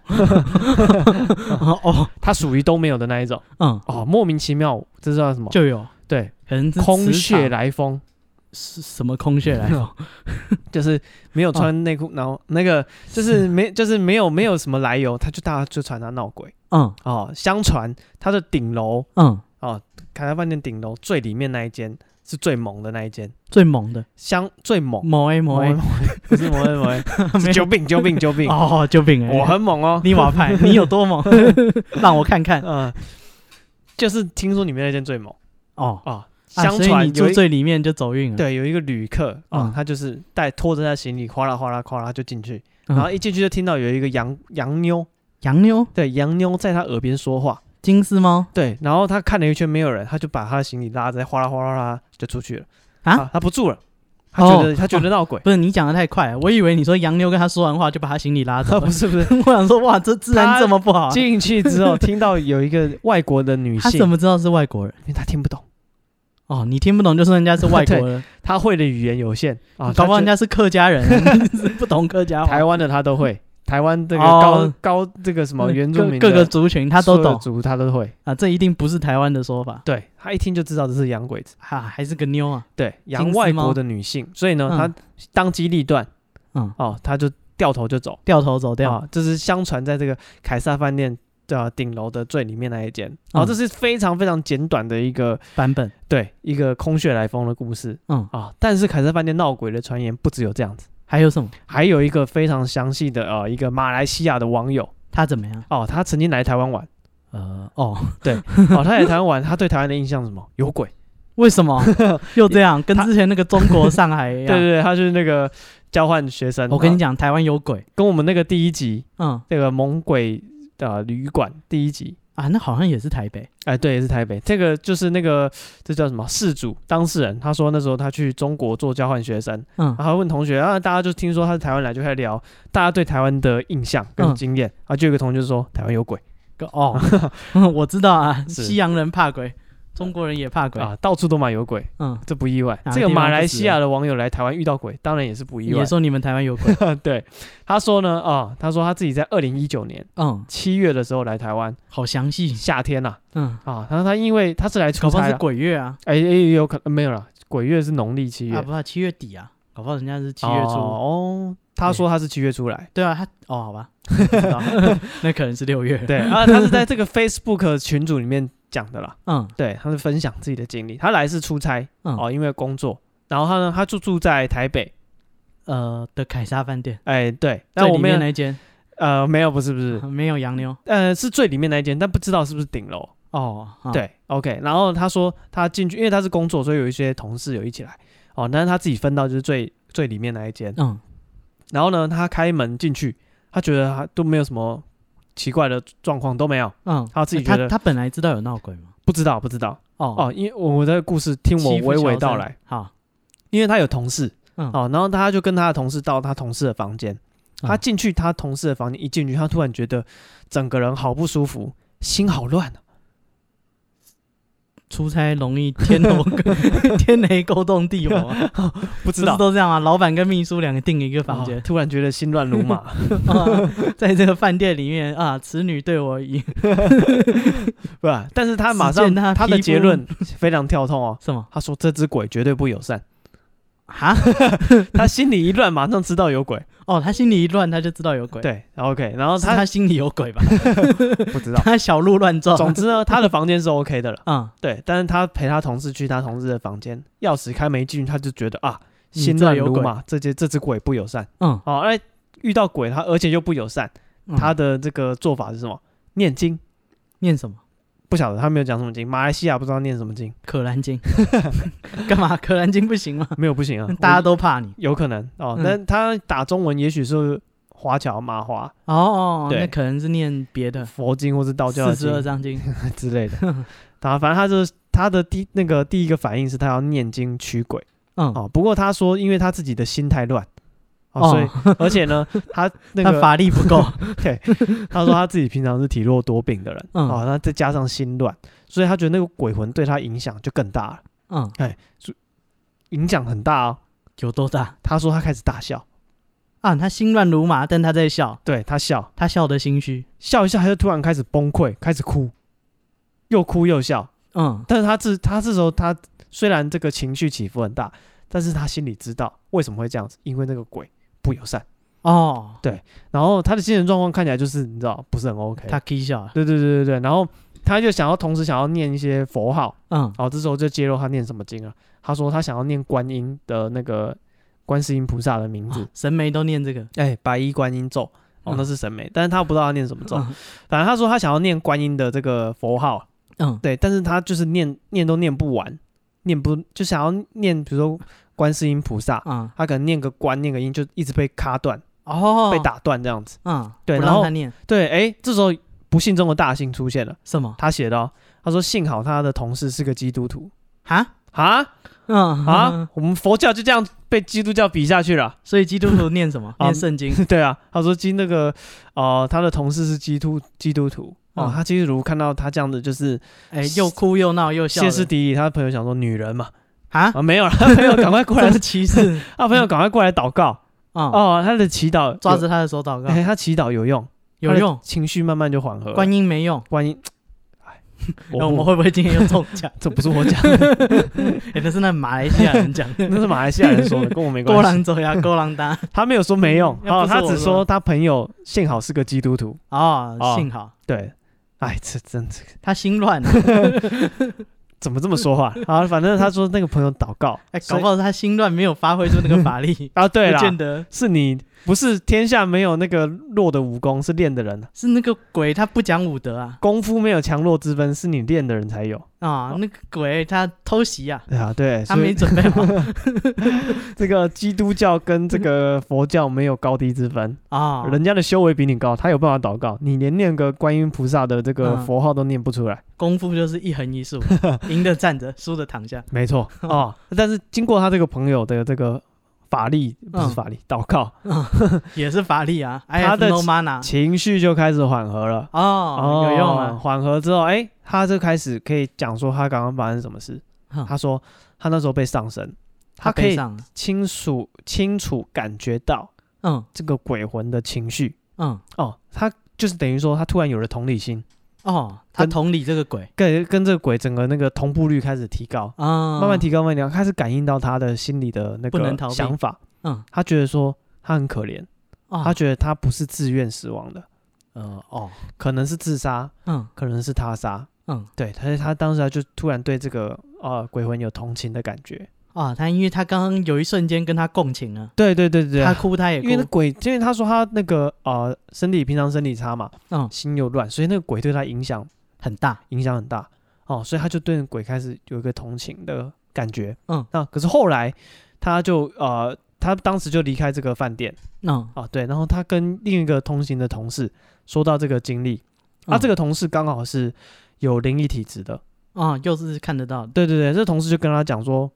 Speaker 2: 哦
Speaker 1: 它属于都没有的那一种。
Speaker 2: 嗯，
Speaker 1: 哦，莫名其妙，这叫什么？
Speaker 2: 就有
Speaker 1: 对，
Speaker 2: 可能是
Speaker 1: 空
Speaker 2: 磁
Speaker 1: 穴嗯
Speaker 2: 场
Speaker 1: 来风，
Speaker 2: 是什么空穴来风？
Speaker 1: 就是没有穿内
Speaker 2: 哦
Speaker 1: 裤，然后那个就是没， 就是没有没有什么来由，他就大家就传他闹鬼
Speaker 2: 嗯
Speaker 1: 哦。相传他的顶楼，
Speaker 2: 嗯，
Speaker 1: 凯撒饭店顶楼最里面那一间是最猛的那一间，
Speaker 2: 最猛的
Speaker 1: 相最猛。
Speaker 2: 某 A 嗯某 A
Speaker 1: 猛不是魔 A 魔 A，是九饼九饼九饼，
Speaker 2: 哦，就病哎，
Speaker 1: 我很猛哦。
Speaker 2: 你瓦派，你有多 猛？让我看看
Speaker 1: 嗯，就是听说你们那间最猛
Speaker 2: 哦。
Speaker 1: 啊。
Speaker 2: 啊
Speaker 1: 相
Speaker 2: 所以你
Speaker 1: 传有
Speaker 2: 住
Speaker 1: 一
Speaker 2: 最里面就走运了。，
Speaker 1: 对，有一个旅客啊
Speaker 2: 嗯，
Speaker 1: 他就是带拖着他的行李，哗啦哗啦哗啦就进去，
Speaker 2: 嗯
Speaker 1: 然后一进去就听到有一个洋洋妞，
Speaker 2: 洋妞、
Speaker 1: 对，洋妞在他耳边说话，
Speaker 2: 金丝猫
Speaker 1: 对，然后他看了一圈没有人，他就把他的行李拉着，哗啦哗啦哗啦就出去了，
Speaker 2: 啊，
Speaker 1: 他不住了，他觉得
Speaker 2: 哦
Speaker 1: 他觉得闹鬼，
Speaker 2: 不是你讲的太快了，我以为你说洋妞跟他说完话就把 他行李拉走
Speaker 1: 啊
Speaker 2: 了
Speaker 1: 不。是不是，
Speaker 2: 我想说，哇，这治安这么不好啊、
Speaker 1: 进去之后听到有一个外国的女
Speaker 2: 他
Speaker 1: 性
Speaker 2: 怎，么知道是外国人？
Speaker 1: 因为他听不懂，
Speaker 2: 哦，你听不懂就说人家是外国 人，
Speaker 1: 他会的语言有限啊，
Speaker 2: 搞不好人
Speaker 1: 他
Speaker 2: 家是客家 人， 你是不懂客家
Speaker 1: 觉得
Speaker 2: 话。
Speaker 1: 台湾的他都会，台湾这个高
Speaker 2: 哦
Speaker 1: 高这嗯个什么原住民
Speaker 2: 各各
Speaker 1: 的
Speaker 2: 个族群他都
Speaker 1: 所有
Speaker 2: 懂
Speaker 1: 族他都会，
Speaker 2: 啊，这一定不是台湾的说法
Speaker 1: 对他一听就知道这是洋鬼子。
Speaker 2: 啊，还是个妞啊，
Speaker 1: 对，洋
Speaker 2: 金丝
Speaker 1: 外国
Speaker 2: 猫
Speaker 1: 的女性，所以呢，
Speaker 2: 嗯
Speaker 1: 她当机立断，
Speaker 2: 嗯
Speaker 1: 哦，她就掉头就走，
Speaker 2: 掉头走掉。
Speaker 1: 啊，这是相传在这个凯撒饭店的顶楼的最里面那一间，哦，
Speaker 2: 嗯
Speaker 1: 这是非常非常简短的一个
Speaker 2: 版本，
Speaker 1: 对一个空穴来风的故事
Speaker 2: 嗯，
Speaker 1: 啊，但是凯撒饭店闹鬼的传言不只有这样子，
Speaker 2: 还有什么？
Speaker 1: 还有一个非常详细的呃一个马来西亚的网友
Speaker 2: 他怎么样？
Speaker 1: 哦，他曾经来台湾玩，
Speaker 2: 呃，哦，
Speaker 1: 哦，他来台湾玩，他对台湾的印象是什么？有鬼。
Speaker 2: 为 什么又这样？跟之前那个中国上海
Speaker 1: 对
Speaker 2: 一样。
Speaker 1: 对对，他就是那个交换学生。
Speaker 2: 我跟你
Speaker 1: 讲，
Speaker 2: 讲，台湾有鬼。
Speaker 1: 跟我们那个第一集
Speaker 2: 嗯
Speaker 1: 那个猛鬼的旅馆第一集，
Speaker 2: 啊，那好像也是台北。
Speaker 1: 哎，对，也是台北。这个就是那个这叫什么事主当事人，他说那时候他去中国做交换学生，
Speaker 2: 嗯
Speaker 1: 然后问同学啊，大家就听说他是台湾来，就开始聊大家对台湾的印象跟
Speaker 2: 嗯
Speaker 1: 经验。啊，就有一个同学就说台湾有鬼
Speaker 2: 个 哦，我知道啊，
Speaker 1: 是
Speaker 2: 西洋人怕鬼，中国人也怕鬼。
Speaker 1: 啊，到处都嘛有鬼，
Speaker 2: 嗯，
Speaker 1: 这不意外。
Speaker 2: 哪个
Speaker 1: 这个
Speaker 2: 地方
Speaker 1: 马
Speaker 2: 不
Speaker 1: 来
Speaker 2: 死
Speaker 1: 西亚的网友来台湾遇到鬼，当然也是不意外
Speaker 2: 也。说你们台湾有鬼。
Speaker 1: 对，他说呢，啊，他说他自己在二零一九年
Speaker 2: 嗯，
Speaker 1: 七月的时候来台湾，
Speaker 2: 好详细。
Speaker 1: 夏天呐、
Speaker 2: 嗯，
Speaker 1: 啊，然后他因为他是来出
Speaker 2: 搞不好
Speaker 1: 差
Speaker 2: 是
Speaker 1: 啦，
Speaker 2: 鬼月啊，
Speaker 1: 哎哎，有可能没有啦，鬼月是农历七月，
Speaker 2: 啊，不，七月底啊，搞不好人家是七月初。
Speaker 1: 哦，他说他是七月初来。
Speaker 2: 对啊，他哦，好吧，不知道 那可能是六月。
Speaker 1: 对，啊，他是在这个 Facebook 群组里面讲的啦。
Speaker 2: 嗯
Speaker 1: 对，他是分享自己的经历。他来是出差
Speaker 2: 嗯，
Speaker 1: 哦，因为工作。然后他呢，他就住在台北。
Speaker 2: 呃的凯撒饭店，
Speaker 1: 哎，对，
Speaker 2: 那
Speaker 1: 但
Speaker 2: 里
Speaker 1: 我没
Speaker 2: 面
Speaker 1: 有，
Speaker 2: 那嗯间
Speaker 1: 呃，没有，不是不是，
Speaker 2: 没有洋妞
Speaker 1: 呃，是最里面那一间，但不知道是不是顶楼。
Speaker 2: 哦。啊，
Speaker 1: 对，OK。然后他说他进去，因为他是工作，所以有一些同事有一起来哦，但是他自己分到就是最最里面那一间。
Speaker 2: 嗯，
Speaker 1: 然后呢，他开门进去，他觉得他都没有什么奇怪的状况，都没有，
Speaker 2: 嗯，
Speaker 1: 他自己觉
Speaker 2: 他
Speaker 1: 得
Speaker 2: 他本来知道有闹鬼吗？
Speaker 1: 不知道，不知道
Speaker 2: 哦
Speaker 1: 哦，因为我的故事听我
Speaker 2: 欺负
Speaker 1: 娓娓
Speaker 2: 小
Speaker 1: 道
Speaker 2: 三
Speaker 1: 来，。
Speaker 2: 好，
Speaker 1: 因为他有同事
Speaker 2: 嗯，
Speaker 1: 哦，然后他就跟他的同事到他同事的房间，他
Speaker 2: 嗯
Speaker 1: 进去他同事的房间，一进去他突然觉得整个人好不舒服，心好乱啊
Speaker 2: 出差容易天龙 天雷勾动地火，
Speaker 1: 不
Speaker 2: 啊不
Speaker 1: 知
Speaker 2: 是
Speaker 1: 道。
Speaker 2: 都这样吗？老板跟秘书两个订一个房
Speaker 1: 哦
Speaker 2: 间，
Speaker 1: 突然觉得心乱如麻，
Speaker 2: 啊在这个饭店里面啊，此女对我以
Speaker 1: 不是，但是他马
Speaker 2: 只
Speaker 1: 上
Speaker 2: 见他
Speaker 1: 他的
Speaker 2: 啊皮
Speaker 1: 结
Speaker 2: 肤。
Speaker 1: 论非常跳痛哦
Speaker 2: 什么
Speaker 1: 他说这只鬼绝对不友 善，
Speaker 2: 啊？
Speaker 1: 他心里一乱，马上知道有鬼。
Speaker 2: 哦，他心里一乱，他就知道有鬼。，
Speaker 1: 对，OK，然后
Speaker 2: 是
Speaker 1: 他
Speaker 2: 他心里有鬼吧？
Speaker 1: 不知道。
Speaker 2: 他小鹿乱撞。
Speaker 1: 总之呢，他的房间是 OK 的了，
Speaker 2: 啊，
Speaker 1: 对。但是他陪他同事去他同事的房间，钥匙开没进去，他就觉得啊，
Speaker 2: 你
Speaker 1: 心
Speaker 2: 这
Speaker 1: 乱
Speaker 2: 有
Speaker 1: 如
Speaker 2: 鬼
Speaker 1: 麻，这些这只鬼不友善。
Speaker 2: 嗯，
Speaker 1: 哦，哎，遇到鬼他而且又不友善，
Speaker 2: 嗯
Speaker 1: 他的这个做法是什么？念经，
Speaker 2: 念什么？
Speaker 1: 不晓得他没有讲什么经，马来西亚不知道念什么经，
Speaker 2: 可兰 经，干嘛？可兰经不行吗？，
Speaker 1: 没有不行啊
Speaker 2: 大家
Speaker 1: 我
Speaker 2: 都怕你。
Speaker 1: 有可能哦，
Speaker 2: 嗯
Speaker 1: 但他打中文也许是华侨、马华、
Speaker 2: 哦哦，
Speaker 1: 对
Speaker 2: 那可能是念别的
Speaker 1: 佛经或是道教
Speaker 2: 四
Speaker 1: 的
Speaker 2: 十二
Speaker 1: 经
Speaker 2: 章经。
Speaker 1: 之 类的。啊，反正他就是他的第那个第一个反应是他要念经驱鬼
Speaker 2: 嗯，
Speaker 1: 哦。不过他说，因为他自己的心太乱。哦，
Speaker 2: 哦
Speaker 1: 所以而且 呢，他那
Speaker 2: 他
Speaker 1: 个
Speaker 2: 法力不够。
Speaker 1: 他说他自己平常是体弱多病的人，
Speaker 2: 嗯
Speaker 1: 哦，那再加上心乱，所以他觉得那个鬼魂对他影响就更大了，
Speaker 2: 嗯，
Speaker 1: 影响很大哦。
Speaker 2: 有多大
Speaker 1: 他说他开始大笑，
Speaker 2: 啊？他心乱如麻，但他在笑，
Speaker 1: 对他笑
Speaker 2: 他笑得心虚。
Speaker 1: 笑一下，他就突然开始崩溃，开始哭，又哭又笑，
Speaker 2: 嗯，
Speaker 1: 但是他自他这时候他虽然这个情绪起伏很大，但是他心里知道为什么会这样子，因为那个鬼不友善。
Speaker 2: 哦，
Speaker 1: 然后他的精神状况看起来就是你知道不是很 OK。
Speaker 2: 他 K 笑了。
Speaker 1: 对对对对对，然后他就想要同时想要念一些佛号，
Speaker 2: 嗯，
Speaker 1: 然后这时候就揭露他念什么经了。啊他说他想要念观音的那个观世音菩萨的名字，
Speaker 2: 神媒都念这个。
Speaker 1: 哎，白衣观音咒。哦，那是神媒，但是他不知道他念什么咒。
Speaker 2: 嗯
Speaker 1: 反正他说他想要念观音的这个佛号，
Speaker 2: 嗯，
Speaker 1: 对，但是他就是念念都念不完，念不就想要念，比如说观世音菩萨，
Speaker 2: 嗯，
Speaker 1: 他可能念个观念个音就一直被卡断、
Speaker 2: 哦，
Speaker 1: 被。打断这样子。
Speaker 2: 嗯，
Speaker 1: 对
Speaker 2: 不
Speaker 1: 然
Speaker 2: 让
Speaker 1: 后
Speaker 2: 他念
Speaker 1: 对，哎，这时候不幸中的大幸出现了，
Speaker 2: 什么
Speaker 1: 他写的、哦，他说幸好他的同事是个基督徒
Speaker 2: 啊？
Speaker 1: 啊
Speaker 2: 嗯
Speaker 1: 啊，， 我们佛教就这样被基督教比下去了。
Speaker 2: 所以基督徒念什么？
Speaker 1: 啊
Speaker 2: 念圣经。
Speaker 1: 对啊，他说基那个哦、呃他的同事是基督基督徒哦，
Speaker 2: 嗯
Speaker 1: 他基督徒看到他这样子就是
Speaker 2: 哎，又哭又闹又笑
Speaker 1: 歇
Speaker 2: 的。
Speaker 1: 斯底里，他的朋友想说女人 嘛
Speaker 2: 啊，
Speaker 1: 啊没有了，他朋友赶快过来
Speaker 2: 这是歧视
Speaker 1: 啊，朋友赶快过来祷告
Speaker 2: 啊！
Speaker 1: 哦，他的祈祷有
Speaker 2: 抓着，他的手祷告
Speaker 1: 哎，他祈祷有用，
Speaker 2: 有
Speaker 1: 他的
Speaker 2: 用，
Speaker 1: 情绪慢慢就缓和了。
Speaker 2: 观音没用。
Speaker 1: 观音，哎，
Speaker 2: 那我
Speaker 1: 不？
Speaker 2: 们会不会今天又中奖
Speaker 1: 这不是我讲，
Speaker 2: 哎，那是那马来西亚人讲的。
Speaker 1: 那是马来西亚人说的，跟我没
Speaker 2: 勾
Speaker 1: 关系。
Speaker 2: 狼走呀，勾狼搭
Speaker 1: 他没有说没 用，
Speaker 2: 要
Speaker 1: 哦，
Speaker 2: 不是我
Speaker 1: 他只说他朋友幸好是个基督徒。
Speaker 2: 哦
Speaker 1: 哦，
Speaker 2: 幸好
Speaker 1: 对，哎，这真这
Speaker 2: 他心乱了，
Speaker 1: 怎么这么说 话？啊，反正他说那个朋友祷告，
Speaker 2: 哎，
Speaker 1: 所
Speaker 2: 搞
Speaker 1: 以
Speaker 2: 不好是他心乱没有发挥出那个法力
Speaker 1: ，啊，对
Speaker 2: 不
Speaker 1: 啦，
Speaker 2: 见得
Speaker 1: 是你不是天下没有那个弱的武功，是练的人。
Speaker 2: 是那个鬼他不讲武德啊
Speaker 1: 功夫没有强弱之分，是你练的人才有。
Speaker 2: 啊，那个鬼他偷袭啊，
Speaker 1: 对啊，对，
Speaker 2: 他
Speaker 1: 哦所以
Speaker 2: 没准备 好
Speaker 1: 这个基督教跟这个佛教没有高低之 分，
Speaker 2: 啊，
Speaker 1: 人家的修为比你高，他有办法祷告，你连念个观音菩萨的这个
Speaker 2: 嗯
Speaker 1: 佛号都念不出来。
Speaker 2: 功夫就是一横 一竖，赢的站着，输的躺下。
Speaker 1: 没错 哦，但是经过他这个朋友的这个法力，不是
Speaker 2: 嗯
Speaker 1: 法力，祷告，
Speaker 2: 也是法力啊，I
Speaker 1: 他
Speaker 2: have
Speaker 1: 的
Speaker 2: no mana
Speaker 1: 情绪就开始缓和了。
Speaker 2: 哦，有用啊，
Speaker 1: 缓和之后，哎、他就开始可以讲说他刚刚发生什么事。
Speaker 2: 哼
Speaker 1: 他说他那时候被上身，他可
Speaker 2: 配
Speaker 1: 以
Speaker 2: 上了，
Speaker 1: 清楚清楚感觉到
Speaker 2: 嗯
Speaker 1: 这个鬼魂的情绪
Speaker 2: 嗯，
Speaker 1: 哦，他就是等于说他突然有了同理心，
Speaker 2: 哦，他
Speaker 1: 跟
Speaker 2: 同理这个鬼
Speaker 1: 跟跟这个鬼整个那个同步率开始提高，
Speaker 2: 啊，
Speaker 1: 慢慢提高，慢慢提高，开始感应到他的心里的那
Speaker 2: 不能
Speaker 1: 个
Speaker 2: 逃避
Speaker 1: 想法，
Speaker 2: 嗯，
Speaker 1: 他觉得说他很可怜。他
Speaker 2: 哦，
Speaker 1: 觉得他不是自愿死亡的，
Speaker 2: 呃哦，
Speaker 1: 可能是自杀，
Speaker 2: 嗯
Speaker 1: 可能是他杀。
Speaker 2: 嗯
Speaker 1: 对，他他当时他就突然对这个呃鬼魂有同情的感觉。
Speaker 2: 啊，他因为他刚刚有一瞬间跟他共情了，
Speaker 1: 对对对对
Speaker 2: 他
Speaker 1: 对，
Speaker 2: 哭他也
Speaker 1: 因为那
Speaker 2: 哭，
Speaker 1: 鬼，因为他说他那个呃身体平常身体差嘛，
Speaker 2: 嗯，
Speaker 1: 心又乱，所以那个鬼对他影响
Speaker 2: 很大，
Speaker 1: 影响很大哦，所以他就对鬼开始有一个同情的感觉。
Speaker 2: 嗯，
Speaker 1: 那可是后来他就呃他当时就离开这个饭店
Speaker 2: 嗯
Speaker 1: 啊、对，然后他跟另一个同行的同事说到这个经历，啊，这
Speaker 2: 个
Speaker 1: 个同事刚好是有灵异体质的，
Speaker 2: 啊又是看得到的，
Speaker 1: 对对对，这同事就跟他讲说，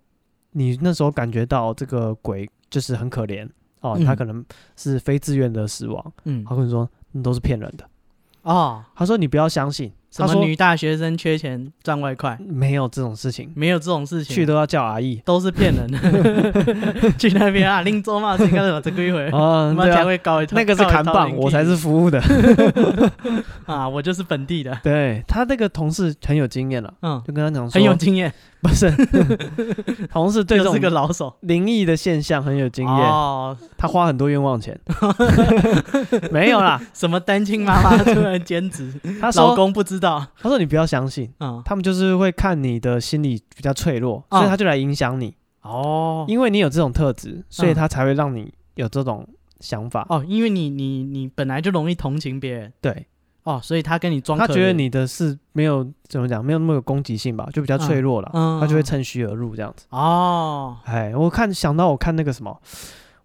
Speaker 1: 你那时候感觉到这个鬼就是很可怜哦，
Speaker 2: 嗯
Speaker 1: 他可能是非自愿的死亡，
Speaker 2: 嗯
Speaker 1: 他跟你说那都是骗人的，
Speaker 2: 哦，
Speaker 1: 他说你不要相信，
Speaker 2: 什
Speaker 1: 他
Speaker 2: 么
Speaker 1: 说
Speaker 2: 女大学生缺钱赚外快，
Speaker 1: 没有这种事情，
Speaker 2: 没有这种事情，
Speaker 1: 去都要叫阿 姨
Speaker 2: 都是骗人的，去那边啊，拎走嘛，谁干了这个一回？
Speaker 1: 啊，
Speaker 2: 他妈
Speaker 1: 对
Speaker 2: 才
Speaker 1: 啊，
Speaker 2: 会搞一套
Speaker 1: 那个是
Speaker 2: 搞一
Speaker 1: 砍
Speaker 2: 套
Speaker 1: 棒，
Speaker 2: 灵
Speaker 1: 我
Speaker 2: 体
Speaker 1: 才是服务的，
Speaker 2: 啊，我就是本地的，
Speaker 1: 对他那个同事很有经验了，
Speaker 2: 嗯，
Speaker 1: 就跟他讲说
Speaker 2: 很有经验，
Speaker 1: 不是同事 对这
Speaker 2: 又是个
Speaker 1: 种
Speaker 2: 老手，
Speaker 1: 灵异的现象很有经验，
Speaker 2: 哦，
Speaker 1: 他花很多冤枉 钱， 没有啦。
Speaker 2: 什么单亲妈妈突然兼职，
Speaker 1: 他
Speaker 2: 老
Speaker 1: 说，
Speaker 2: 公不知道，
Speaker 1: 他说你不要相信，
Speaker 2: 嗯，
Speaker 1: 他们就是会看你的心理比较脆弱，
Speaker 2: 嗯
Speaker 1: 所以他就来影响你，
Speaker 2: 哦，
Speaker 1: 因为你有这种特质，所以
Speaker 2: 嗯
Speaker 1: 他才会让你有这种想法。
Speaker 2: 哦，因为你你你本来就容易同情别人，
Speaker 1: 对
Speaker 2: 哦，所以他跟你装，
Speaker 1: 他觉得，你的是没有怎么讲，没有那么有攻击性吧，就比较脆弱了，
Speaker 2: 嗯，
Speaker 1: 他就会趁虚而入这样子。
Speaker 2: 哦，
Speaker 1: 哎，我看想到我看那个什么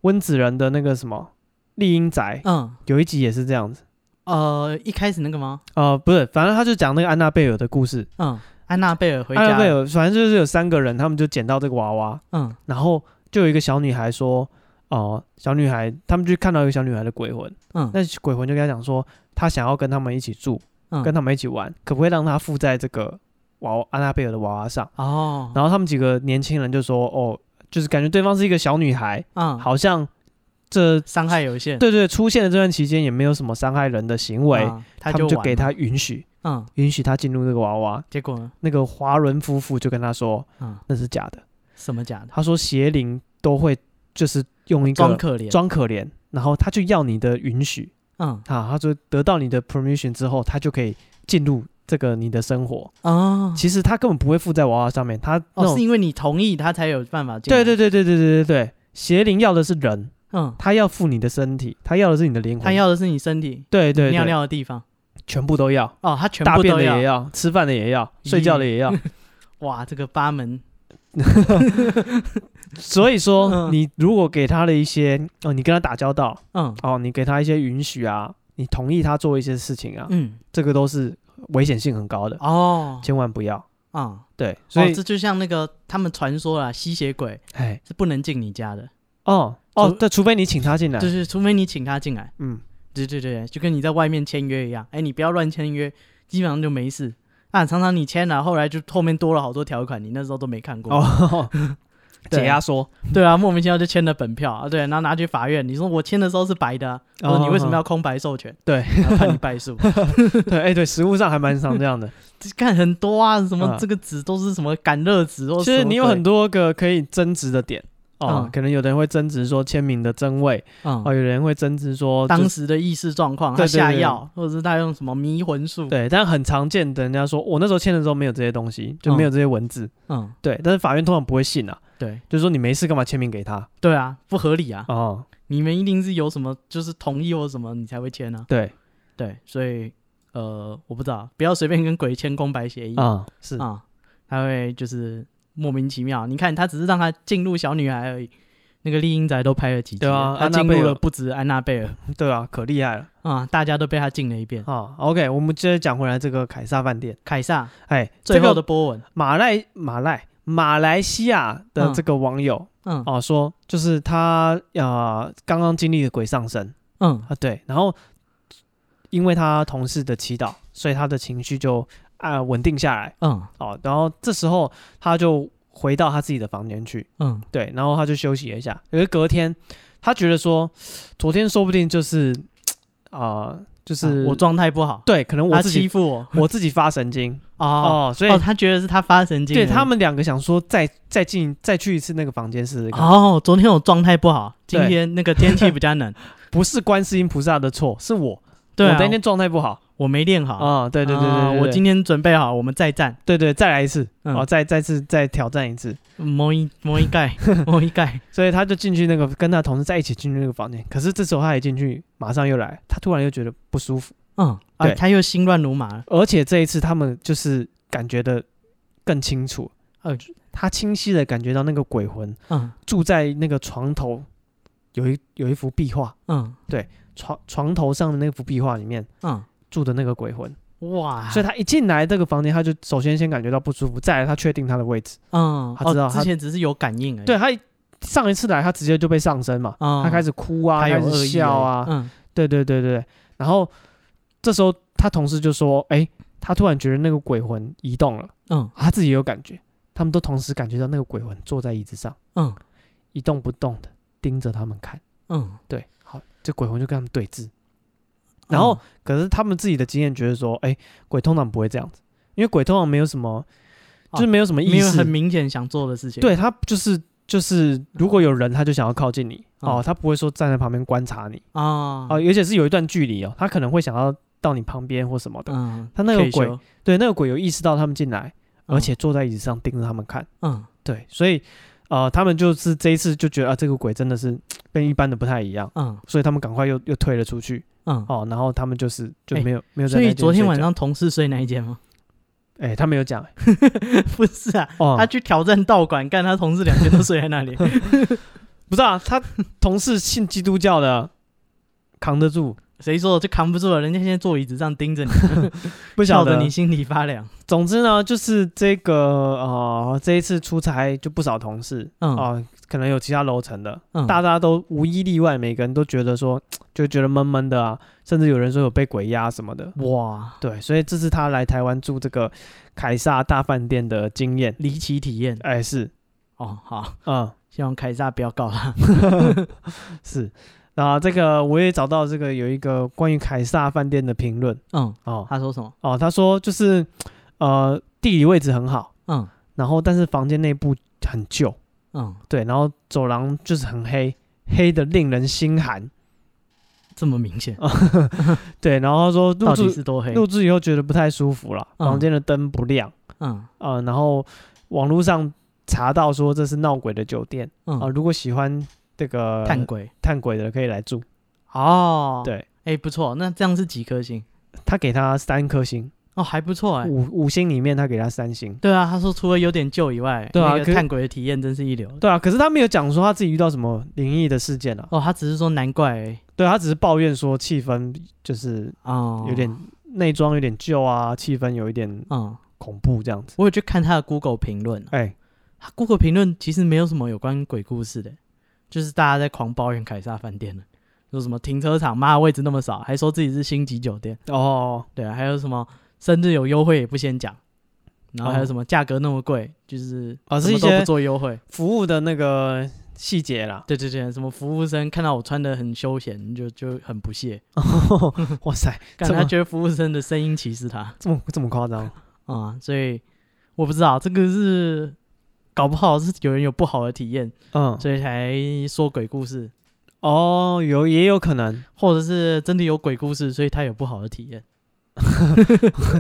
Speaker 1: 温子仁的那个什么丽英宅，
Speaker 2: 嗯，
Speaker 1: 有一集也是这样子。
Speaker 2: 呃，一开始那个吗？
Speaker 1: 呃，不是，反正他就讲那个安娜贝尔的故事，
Speaker 2: 嗯，安娜贝尔回家，
Speaker 1: 安娜贝，尔，反正就是有三个人，他们就捡到这个娃娃，
Speaker 2: 嗯
Speaker 1: 然后就有一个小女孩说，哦、小女孩，他们就看到一个小女孩的鬼魂，
Speaker 2: 嗯
Speaker 1: 那鬼魂就跟她讲说，她想要跟他们一起住，
Speaker 2: 嗯，
Speaker 1: 跟他们一起玩，可不可以让她附在这个娃娃安娜贝尔的娃娃上？
Speaker 2: 哦，
Speaker 1: 然后他们几个年轻人就说，哦，就是感觉对方是一个小女孩，
Speaker 2: 嗯，，
Speaker 1: 好像这
Speaker 2: 伤害有限，
Speaker 1: 对对出现的这段期间也没有什么伤害人的行为，
Speaker 2: 啊，
Speaker 1: 他
Speaker 2: 他
Speaker 1: 们就
Speaker 2: 玩
Speaker 1: 给
Speaker 2: 嘛，
Speaker 1: 她允许，
Speaker 2: 嗯，
Speaker 1: 允许她进入这个娃娃。
Speaker 2: 结果呢，
Speaker 1: 那个华伦夫妇就跟她说，
Speaker 2: 嗯，
Speaker 1: 那是假的。
Speaker 2: 什么假的，
Speaker 1: 他说邪灵都会就是用一个
Speaker 2: 装可怜，
Speaker 1: 装可怜，然后他就要你的允许
Speaker 2: 嗯，
Speaker 1: 啊，他说得到你的 permission 之后，他就可以进入这个你的生活。
Speaker 2: 哦，
Speaker 1: 其实他根本不会附在娃娃上面，他那
Speaker 2: 哦，
Speaker 1: 种、
Speaker 2: 是因为你同意他才有办法进，
Speaker 1: 对对，对对对对对对，邪灵要的是人，
Speaker 2: 嗯，
Speaker 1: 他要附你的身体，他要的是你的灵魂，
Speaker 2: 他要的是你身体
Speaker 1: 对对对
Speaker 2: 尿尿的地方，
Speaker 1: 全部都要，
Speaker 2: 哦，他全
Speaker 1: 大
Speaker 2: 部
Speaker 1: 便
Speaker 2: 都
Speaker 1: 的也
Speaker 2: 要， 嗯
Speaker 1: 要，吃饭的也要，睡觉的也要。
Speaker 2: 哇，这个八门，
Speaker 1: 所以说，
Speaker 2: 嗯
Speaker 1: 你如果给他了一些哦，你跟他打交道
Speaker 2: 嗯
Speaker 1: 哦，你给他一些允许啊，你同意他做一些事情啊，
Speaker 2: 嗯，
Speaker 1: 这个都是危险性很高的，
Speaker 2: 哦，
Speaker 1: 千万不要。
Speaker 2: 啊，
Speaker 1: 对，所以
Speaker 2: 哦这就像那个他们传说啦，吸血鬼
Speaker 1: 哎，
Speaker 2: 是不能进你家的，
Speaker 1: 哦哦，
Speaker 2: 除
Speaker 1: 对，除非你请他进来
Speaker 2: 就，是除非你请他进来，
Speaker 1: 嗯，
Speaker 2: 对对对，就跟你在外面签约一样，哎，你不要乱签约，基本上就没事。啊，常常你签了，后来就后面多了好多条款，你那时候都没看过。
Speaker 1: 哦，
Speaker 2: 对
Speaker 1: 解压缩，
Speaker 2: 对啊，莫名其妙就签了本票啊，对，然后拿去法院，你说我签的时候是白的、啊，我
Speaker 1: 哦
Speaker 2: 说你为什么要空白授权？
Speaker 1: 对
Speaker 2: 然后判你 败诉，
Speaker 1: 对，哎对，食物上还蛮常这样的，
Speaker 2: 这看很多啊，什么
Speaker 1: 嗯
Speaker 2: 这个纸都是什么感热纸，或
Speaker 1: 其实你有很
Speaker 2: 多，
Speaker 1: 多个可以争执的点哦
Speaker 2: 嗯，
Speaker 1: 可能有的人会争执说签名的真伪，哦，
Speaker 2: 嗯，
Speaker 1: 有人会争执说哦就
Speaker 2: 当
Speaker 1: 是
Speaker 2: 时的意识状况，
Speaker 1: 对
Speaker 2: 他
Speaker 1: 对
Speaker 2: 下
Speaker 1: 对
Speaker 2: 药，或者是他用什么迷魂术，
Speaker 1: 对，但很常见的人家说我那时候签的时候没有这些东西，就没有这些文字，
Speaker 2: 嗯，
Speaker 1: 对，但是法院通常不会信啊，
Speaker 2: 对
Speaker 1: 就是说你没事干嘛签名给他？
Speaker 2: 对啊，不合理啊！
Speaker 1: 哦，
Speaker 2: 你们一定是有什么就是同意或什么，你才会签啊。
Speaker 1: 对，
Speaker 2: 对，所以呃，我不知道，不要随便跟鬼签空白协议啊、
Speaker 1: 啊、是，
Speaker 2: 他会就是莫名其妙。你看，他只是让他进入小女孩而已，那个丽英仔都拍了几集
Speaker 1: 对
Speaker 2: 了，
Speaker 1: 啊
Speaker 2: 他
Speaker 1: 安娜
Speaker 2: 进
Speaker 1: 贝尔
Speaker 2: 入了不止安娜贝尔
Speaker 1: 对啊，可厉害了
Speaker 2: 啊、大家都被他进了一遍。
Speaker 1: 啊。OK，我们接着讲回来这个凯撒饭店，
Speaker 2: 凯撒
Speaker 1: 哎，
Speaker 2: 最后
Speaker 1: 这
Speaker 2: 的
Speaker 1: 个
Speaker 2: 波纹，
Speaker 1: 马来马来马来西亚的这个网友
Speaker 2: 嗯
Speaker 1: 哦、说，就是他呃刚刚经历了鬼上身
Speaker 2: 嗯
Speaker 1: 啊，对，然后因为他同事的祈祷，所以他的情绪就啊、呃稳定下来
Speaker 2: 嗯
Speaker 1: 哦，然后这时候他就回到他自己的房间去，
Speaker 2: 嗯
Speaker 1: 对，然后他就休息了一下。可是隔天，他觉得说，昨天说不定就是啊、就是、
Speaker 2: 啊我啊状态不好，
Speaker 1: 对，可能我
Speaker 2: 他
Speaker 1: 自
Speaker 2: 欺
Speaker 1: 己
Speaker 2: 负我
Speaker 1: 我自己发神经
Speaker 2: 哦
Speaker 1: 哦，所以、
Speaker 2: 哦，他觉得是他发神经而
Speaker 1: 对
Speaker 2: 已，
Speaker 1: 他们两个想说再再进再去一次那个房间试试看，
Speaker 2: 哦，昨天我状态不好，今
Speaker 1: 对
Speaker 2: 天那个天气比较 冷，
Speaker 1: 不是观世音菩萨的错，是我
Speaker 2: 对啊、
Speaker 1: 我那天状态不好
Speaker 2: 我没练好。
Speaker 1: 啊、对对对对
Speaker 2: 啊
Speaker 1: 对对
Speaker 2: 我今天准备好，我们再战。
Speaker 1: 对对再来一次
Speaker 2: 嗯
Speaker 1: 哦，再再次再挑战一次，
Speaker 2: 摸一摸一 盖，摸一盖。
Speaker 1: 所以他就进去那个跟他同事在一起进去那个房间，可是这时候他一进去，马上又来，他突然又觉得不舒服。
Speaker 2: 嗯，啊，
Speaker 1: 对
Speaker 2: 他又心乱如麻了。
Speaker 1: 而且这一次他们就是感觉的更清楚，
Speaker 2: 呃，
Speaker 1: 他清晰的感觉到那个鬼魂
Speaker 2: 嗯
Speaker 1: 住在那个床头，有一有一幅壁画，
Speaker 2: 嗯
Speaker 1: 床床头上的那幅壁画里面
Speaker 2: 嗯，
Speaker 1: 住的那个鬼魂，
Speaker 2: 哇！
Speaker 1: 所以他一进来这个房间，他就首先先感觉到不舒服，再来他确定他的位置，
Speaker 2: 嗯，
Speaker 1: 他知道
Speaker 2: 哦、
Speaker 1: 他
Speaker 2: 之前只是有感应而已。
Speaker 1: 对，他一上一次来他直接就被上身嘛，
Speaker 2: 嗯，
Speaker 1: 他开始哭啊，
Speaker 2: 他有
Speaker 1: 开
Speaker 2: 恶
Speaker 1: 始
Speaker 2: 意而已
Speaker 1: 笑啊，
Speaker 2: 嗯
Speaker 1: 对对对对对，然后这时候他同事就说，哎、他突然觉得那个鬼魂移动了。
Speaker 2: 嗯
Speaker 1: 他自己也有感觉，他们都同时感觉到那个鬼魂坐在椅子上
Speaker 2: 嗯
Speaker 1: 一动不动的盯着他们看。
Speaker 2: 嗯，
Speaker 1: 对，好，这鬼魂就跟他们对峙。然后，可是他们自己的经验觉得说，哎、鬼通常不会这样子，因为鬼通常没有什么，
Speaker 2: 哦
Speaker 1: 就是没有什么
Speaker 2: 嗯没
Speaker 1: 意
Speaker 2: 有
Speaker 1: 识，
Speaker 2: 很明显想做的事情。
Speaker 1: 对他就是就是，如果有人，他就想要靠近你哦
Speaker 2: 嗯，
Speaker 1: 他不会说站在旁边观察你
Speaker 2: 啊
Speaker 1: 哦，，而且是有一段距离哦，他可能会想要到你旁边或什么的。
Speaker 2: 嗯，
Speaker 1: 他那个
Speaker 2: 可以
Speaker 1: 鬼
Speaker 2: 修，
Speaker 1: 对，那个鬼有意识到他们进来，
Speaker 2: 嗯
Speaker 1: 而且坐在椅子上盯着他们看。
Speaker 2: 嗯
Speaker 1: 对，所以呃，他们就是这一次就觉得啊，这个鬼真的是跟一般的不太一样，
Speaker 2: 嗯
Speaker 1: 所以他们赶快又又退了出去
Speaker 2: 嗯。
Speaker 1: 哦，然后他们就是就
Speaker 2: 哎
Speaker 1: 没有、没有在
Speaker 2: 所
Speaker 1: 那
Speaker 2: 以
Speaker 1: 间
Speaker 2: 昨天
Speaker 1: 睡
Speaker 2: 晚
Speaker 1: 觉，
Speaker 2: 上同事睡那一间吗？
Speaker 1: 哎、他没有讲、
Speaker 2: 不是啊，
Speaker 1: 哦，
Speaker 2: 他去挑战道馆，干他同事两天都睡在 那里。
Speaker 1: 不是啊，他同事信基督教的扛得住，
Speaker 2: 谁说我就扛不住了？人家现在坐椅子上盯着你，
Speaker 1: 不晓
Speaker 2: 笑
Speaker 1: 得
Speaker 2: 得你。心里发凉。
Speaker 1: 总之呢，就是这个呃，这一次出差就不少同事
Speaker 2: 嗯
Speaker 1: 啊、可能有其他楼层的，
Speaker 2: 嗯，
Speaker 1: 大家都无一例外，每个人都觉得说就觉得闷闷的啊，甚至有人说有被鬼压什么的，
Speaker 2: 哇，
Speaker 1: 对，所以这是他来台湾住这个凯撒大饭店的经验。
Speaker 2: 离奇体验
Speaker 1: 哎，是，
Speaker 2: 哦。好，
Speaker 1: 嗯，
Speaker 2: 希望凯撒不要告他。
Speaker 1: 是。那这个我也找到这个有一个关于凯撒饭店的评论
Speaker 2: 嗯，
Speaker 1: 哦
Speaker 2: 他说什么？
Speaker 1: 哦，他说就是呃地理位置很好，
Speaker 2: 嗯
Speaker 1: 然后但是房间内部很旧，
Speaker 2: 嗯，
Speaker 1: 对，然后走廊就是很黑，黑的令人心寒，
Speaker 2: 这么明显，
Speaker 1: 对，然后他说入
Speaker 2: 到底
Speaker 1: 住
Speaker 2: 是多黑？
Speaker 1: 入住以后觉得不太舒服了，
Speaker 2: 嗯
Speaker 1: 房间的灯不亮
Speaker 2: 嗯
Speaker 1: 啊、呃然后网络上查到说这是闹鬼的酒店。啊、
Speaker 2: 嗯，
Speaker 1: 如果喜欢这个
Speaker 2: 探鬼
Speaker 1: 探鬼的可以来住。
Speaker 2: 哦。，
Speaker 1: 对
Speaker 2: 哎，不错，那这样是几颗星？
Speaker 1: 他给他三颗星，
Speaker 2: 哦，还不错哎。
Speaker 1: 五五星里面他给他三星。
Speaker 2: 对啊，他说除了有点旧以外，
Speaker 1: 对啊
Speaker 2: 那
Speaker 1: 可
Speaker 2: 个
Speaker 1: 是
Speaker 2: 探鬼的体验真是一流。
Speaker 1: 对啊，可是他没有讲说他自己遇到什么灵异的事件啊。
Speaker 2: 哦，他只是说难怪而已
Speaker 1: 对他只是抱怨说气氛就是
Speaker 2: 哦，
Speaker 1: 有点内装有点旧啊，气氛有一点
Speaker 2: 嗯，
Speaker 1: 恐怖这样子。
Speaker 2: 我有去看他的 Google 评论啊，
Speaker 1: 哎、
Speaker 2: 他 Google 评论其实没有什么有关鬼故事的，就是大家在狂抱怨凯撒饭店了，说什么停车场妈位置那么少，还说自己是星级酒店，
Speaker 1: 哦，
Speaker 2: 对啊，还有什么生日有优惠也不先讲，然后还有什么价格那么贵，就是
Speaker 1: 啊
Speaker 2: 什么
Speaker 1: 哦是一
Speaker 2: 都
Speaker 1: 些
Speaker 2: 不做优惠，
Speaker 1: 服务的那个细节 啦。
Speaker 2: 对对对，什么服务生看到我穿的很休闲就就很不屑，
Speaker 1: 哇塞，
Speaker 2: 但
Speaker 1: 这么
Speaker 2: 他觉得服务生的声音歧视他
Speaker 1: 这么这么夸张？
Speaker 2: 啊、所以我不知道这个是搞不好是有人有不好的体验，
Speaker 1: 嗯，
Speaker 2: 所以才说鬼故事。
Speaker 1: 哦，有也有可能。
Speaker 2: 或者是真的有鬼故事，所以他有不好的体验。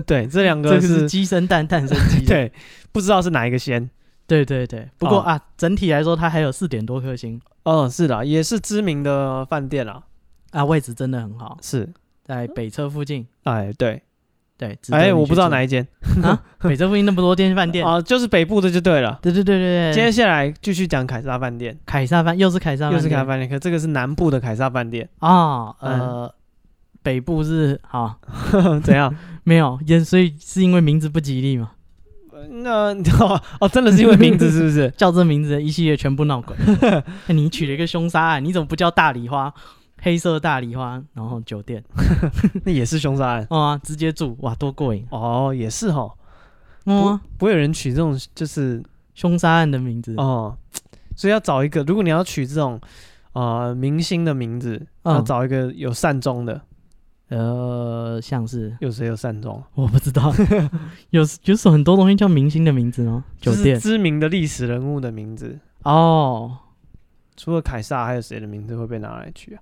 Speaker 1: 对，这两
Speaker 2: 这
Speaker 1: 个
Speaker 2: 个
Speaker 1: 是
Speaker 2: 是鸡生蛋，蛋生
Speaker 1: ，
Speaker 2: 鸡。
Speaker 1: 对，不知道是哪一个先。
Speaker 2: 对对对，不过
Speaker 1: 哦
Speaker 2: 啊，整体来说它还有四点多颗星
Speaker 1: 哦，是的，也是知名的饭店啦，
Speaker 2: 啊，位置真的很好，
Speaker 1: 是，
Speaker 2: 在北侧附近。
Speaker 1: 哎，对，
Speaker 2: 对，值得
Speaker 1: 哎，
Speaker 2: 你
Speaker 1: 我
Speaker 2: 去
Speaker 1: 不知道
Speaker 2: 住
Speaker 1: 哪一间
Speaker 2: 啊，北侧附近那么多间饭店。
Speaker 1: 啊，就是北部的就对了。
Speaker 2: 对对对对对，
Speaker 1: 接下来继续讲凯撒饭店，
Speaker 2: 凯撒饭又是凯撒饭
Speaker 1: 又
Speaker 2: 店，
Speaker 1: 是嗯凯撒饭店，嗯可这个是南部的凯撒饭店，
Speaker 2: 啊，呃，北部是好
Speaker 1: 怎样？
Speaker 2: 没有，因所以是因为名字不吉利嘛，
Speaker 1: 那 哦真的是因为名字是不 是？
Speaker 2: 叫这名字的一系列全部 闹鬼。哎你取了一个凶杀案，你怎么不叫大礼花？黑色大礼花，然后酒店，
Speaker 1: 那也是凶杀案
Speaker 2: 哦、啊，直接住，哇，多过瘾！
Speaker 1: 哦，也是哈，嗯
Speaker 2: 哦啊，
Speaker 1: 不会有人取这种就是
Speaker 2: 凶杀案的名字，
Speaker 1: 哦，所以要找一个，如果你要取这种呃明星的名字，
Speaker 2: 嗯
Speaker 1: 要找一个有善终的，
Speaker 2: 呃，像是
Speaker 1: 有谁有善终？
Speaker 2: 我不知道， 有有什么很多东西叫明星的名字吗？酒
Speaker 1: 就是
Speaker 2: 店
Speaker 1: 知名的历史人物的名字，
Speaker 2: 哦，
Speaker 1: 除了凯撒，还有谁的名字会被拿来取啊？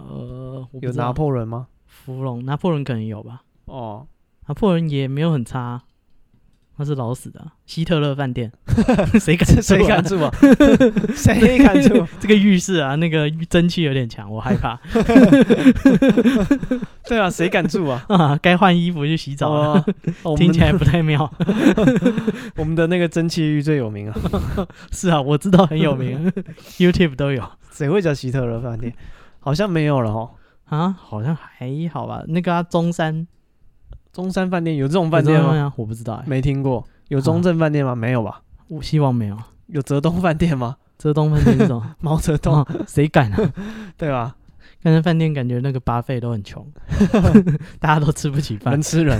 Speaker 2: 呃，我不
Speaker 1: 有
Speaker 2: 知道
Speaker 1: 拿破仑吗？
Speaker 2: 芙蓉，拿破仑可能有吧，
Speaker 1: 哦，
Speaker 2: 拿破仑也没有很差啊、他是老死的啊、希特勒饭店， 谁敢住啊
Speaker 1: 谁敢住啊？谁敢住？
Speaker 2: 这个浴室啊？那个蒸汽有点强，我害怕
Speaker 1: 对啊，谁敢住啊？
Speaker 2: 啊！该换衣服去洗澡了，
Speaker 1: 哦哦我
Speaker 2: 听
Speaker 1: 们
Speaker 2: 起来不太妙。
Speaker 1: 我们的那个蒸汽浴最有名啊，
Speaker 2: 是啊，我知道很有 名，YouTube 都有
Speaker 1: 谁会叫希特勒饭店？好像没有了哦哈。
Speaker 2: 啊，好像还好吧。那个、啊、中山
Speaker 1: 中山饭店有这种饭店
Speaker 2: 有中
Speaker 1: 吗？
Speaker 2: 山啊啊我不知道哎、
Speaker 1: 没听过。有中正饭店吗？没有吧。
Speaker 2: 我希望没有。
Speaker 1: 有泽东饭店吗？
Speaker 2: 浙东饭店是什么？
Speaker 1: 毛泽东、
Speaker 2: 哦，谁敢啊？
Speaker 1: 对吧？
Speaker 2: 刚才饭店感觉那个巴费都 很穷，大家都吃不起饭
Speaker 1: 人，吃人，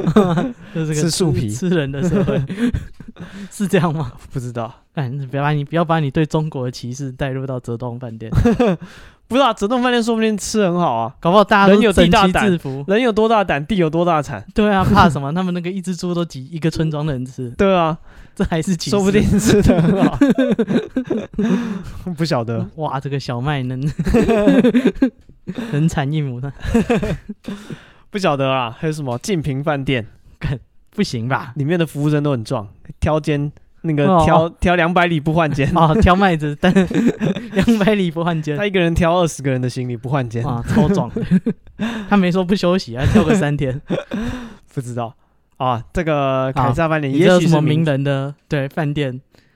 Speaker 2: 就是个
Speaker 1: 吃树皮
Speaker 2: 吃人的 社会，是这样吗？
Speaker 1: 不知道，
Speaker 2: 哎，你不要把你不要把你对中国的歧视带入到泽东饭店，
Speaker 1: 不知道、泽东饭店说不定吃很好啊。
Speaker 2: 搞不好大家
Speaker 1: 人
Speaker 2: 都
Speaker 1: 有地
Speaker 2: 整
Speaker 1: 大
Speaker 2: 齐
Speaker 1: 胆
Speaker 2: 制服。
Speaker 1: 人有多大胆，地有多大产，
Speaker 2: 对啊，怕什么？他们那个一只猪都挤一个村庄的人吃，
Speaker 1: 对啊，
Speaker 2: 这还是歧视？
Speaker 1: 说不定吃的很 好，不晓得。
Speaker 2: 哇，这个小 麦能能产一亩呢？
Speaker 1: 不晓得啊啦，还有什么晋平饭店
Speaker 2: 不 行吧？
Speaker 1: 里面的服务生都很壮，挑尖那个
Speaker 2: 哦
Speaker 1: 挑、挑两百里不换肩，
Speaker 2: 哦，挑麦子，但 两百里不换肩
Speaker 1: 他一个人挑二十个人的行李不换肩，
Speaker 2: 啊，超 壮的。他没说不休息啊，跳个三天。
Speaker 1: 不知道啊。这个凯撒饭店
Speaker 2: 你知 道
Speaker 1: 也许
Speaker 2: 什
Speaker 1: 是
Speaker 2: 么名
Speaker 1: 字，
Speaker 2: 人的对饭店？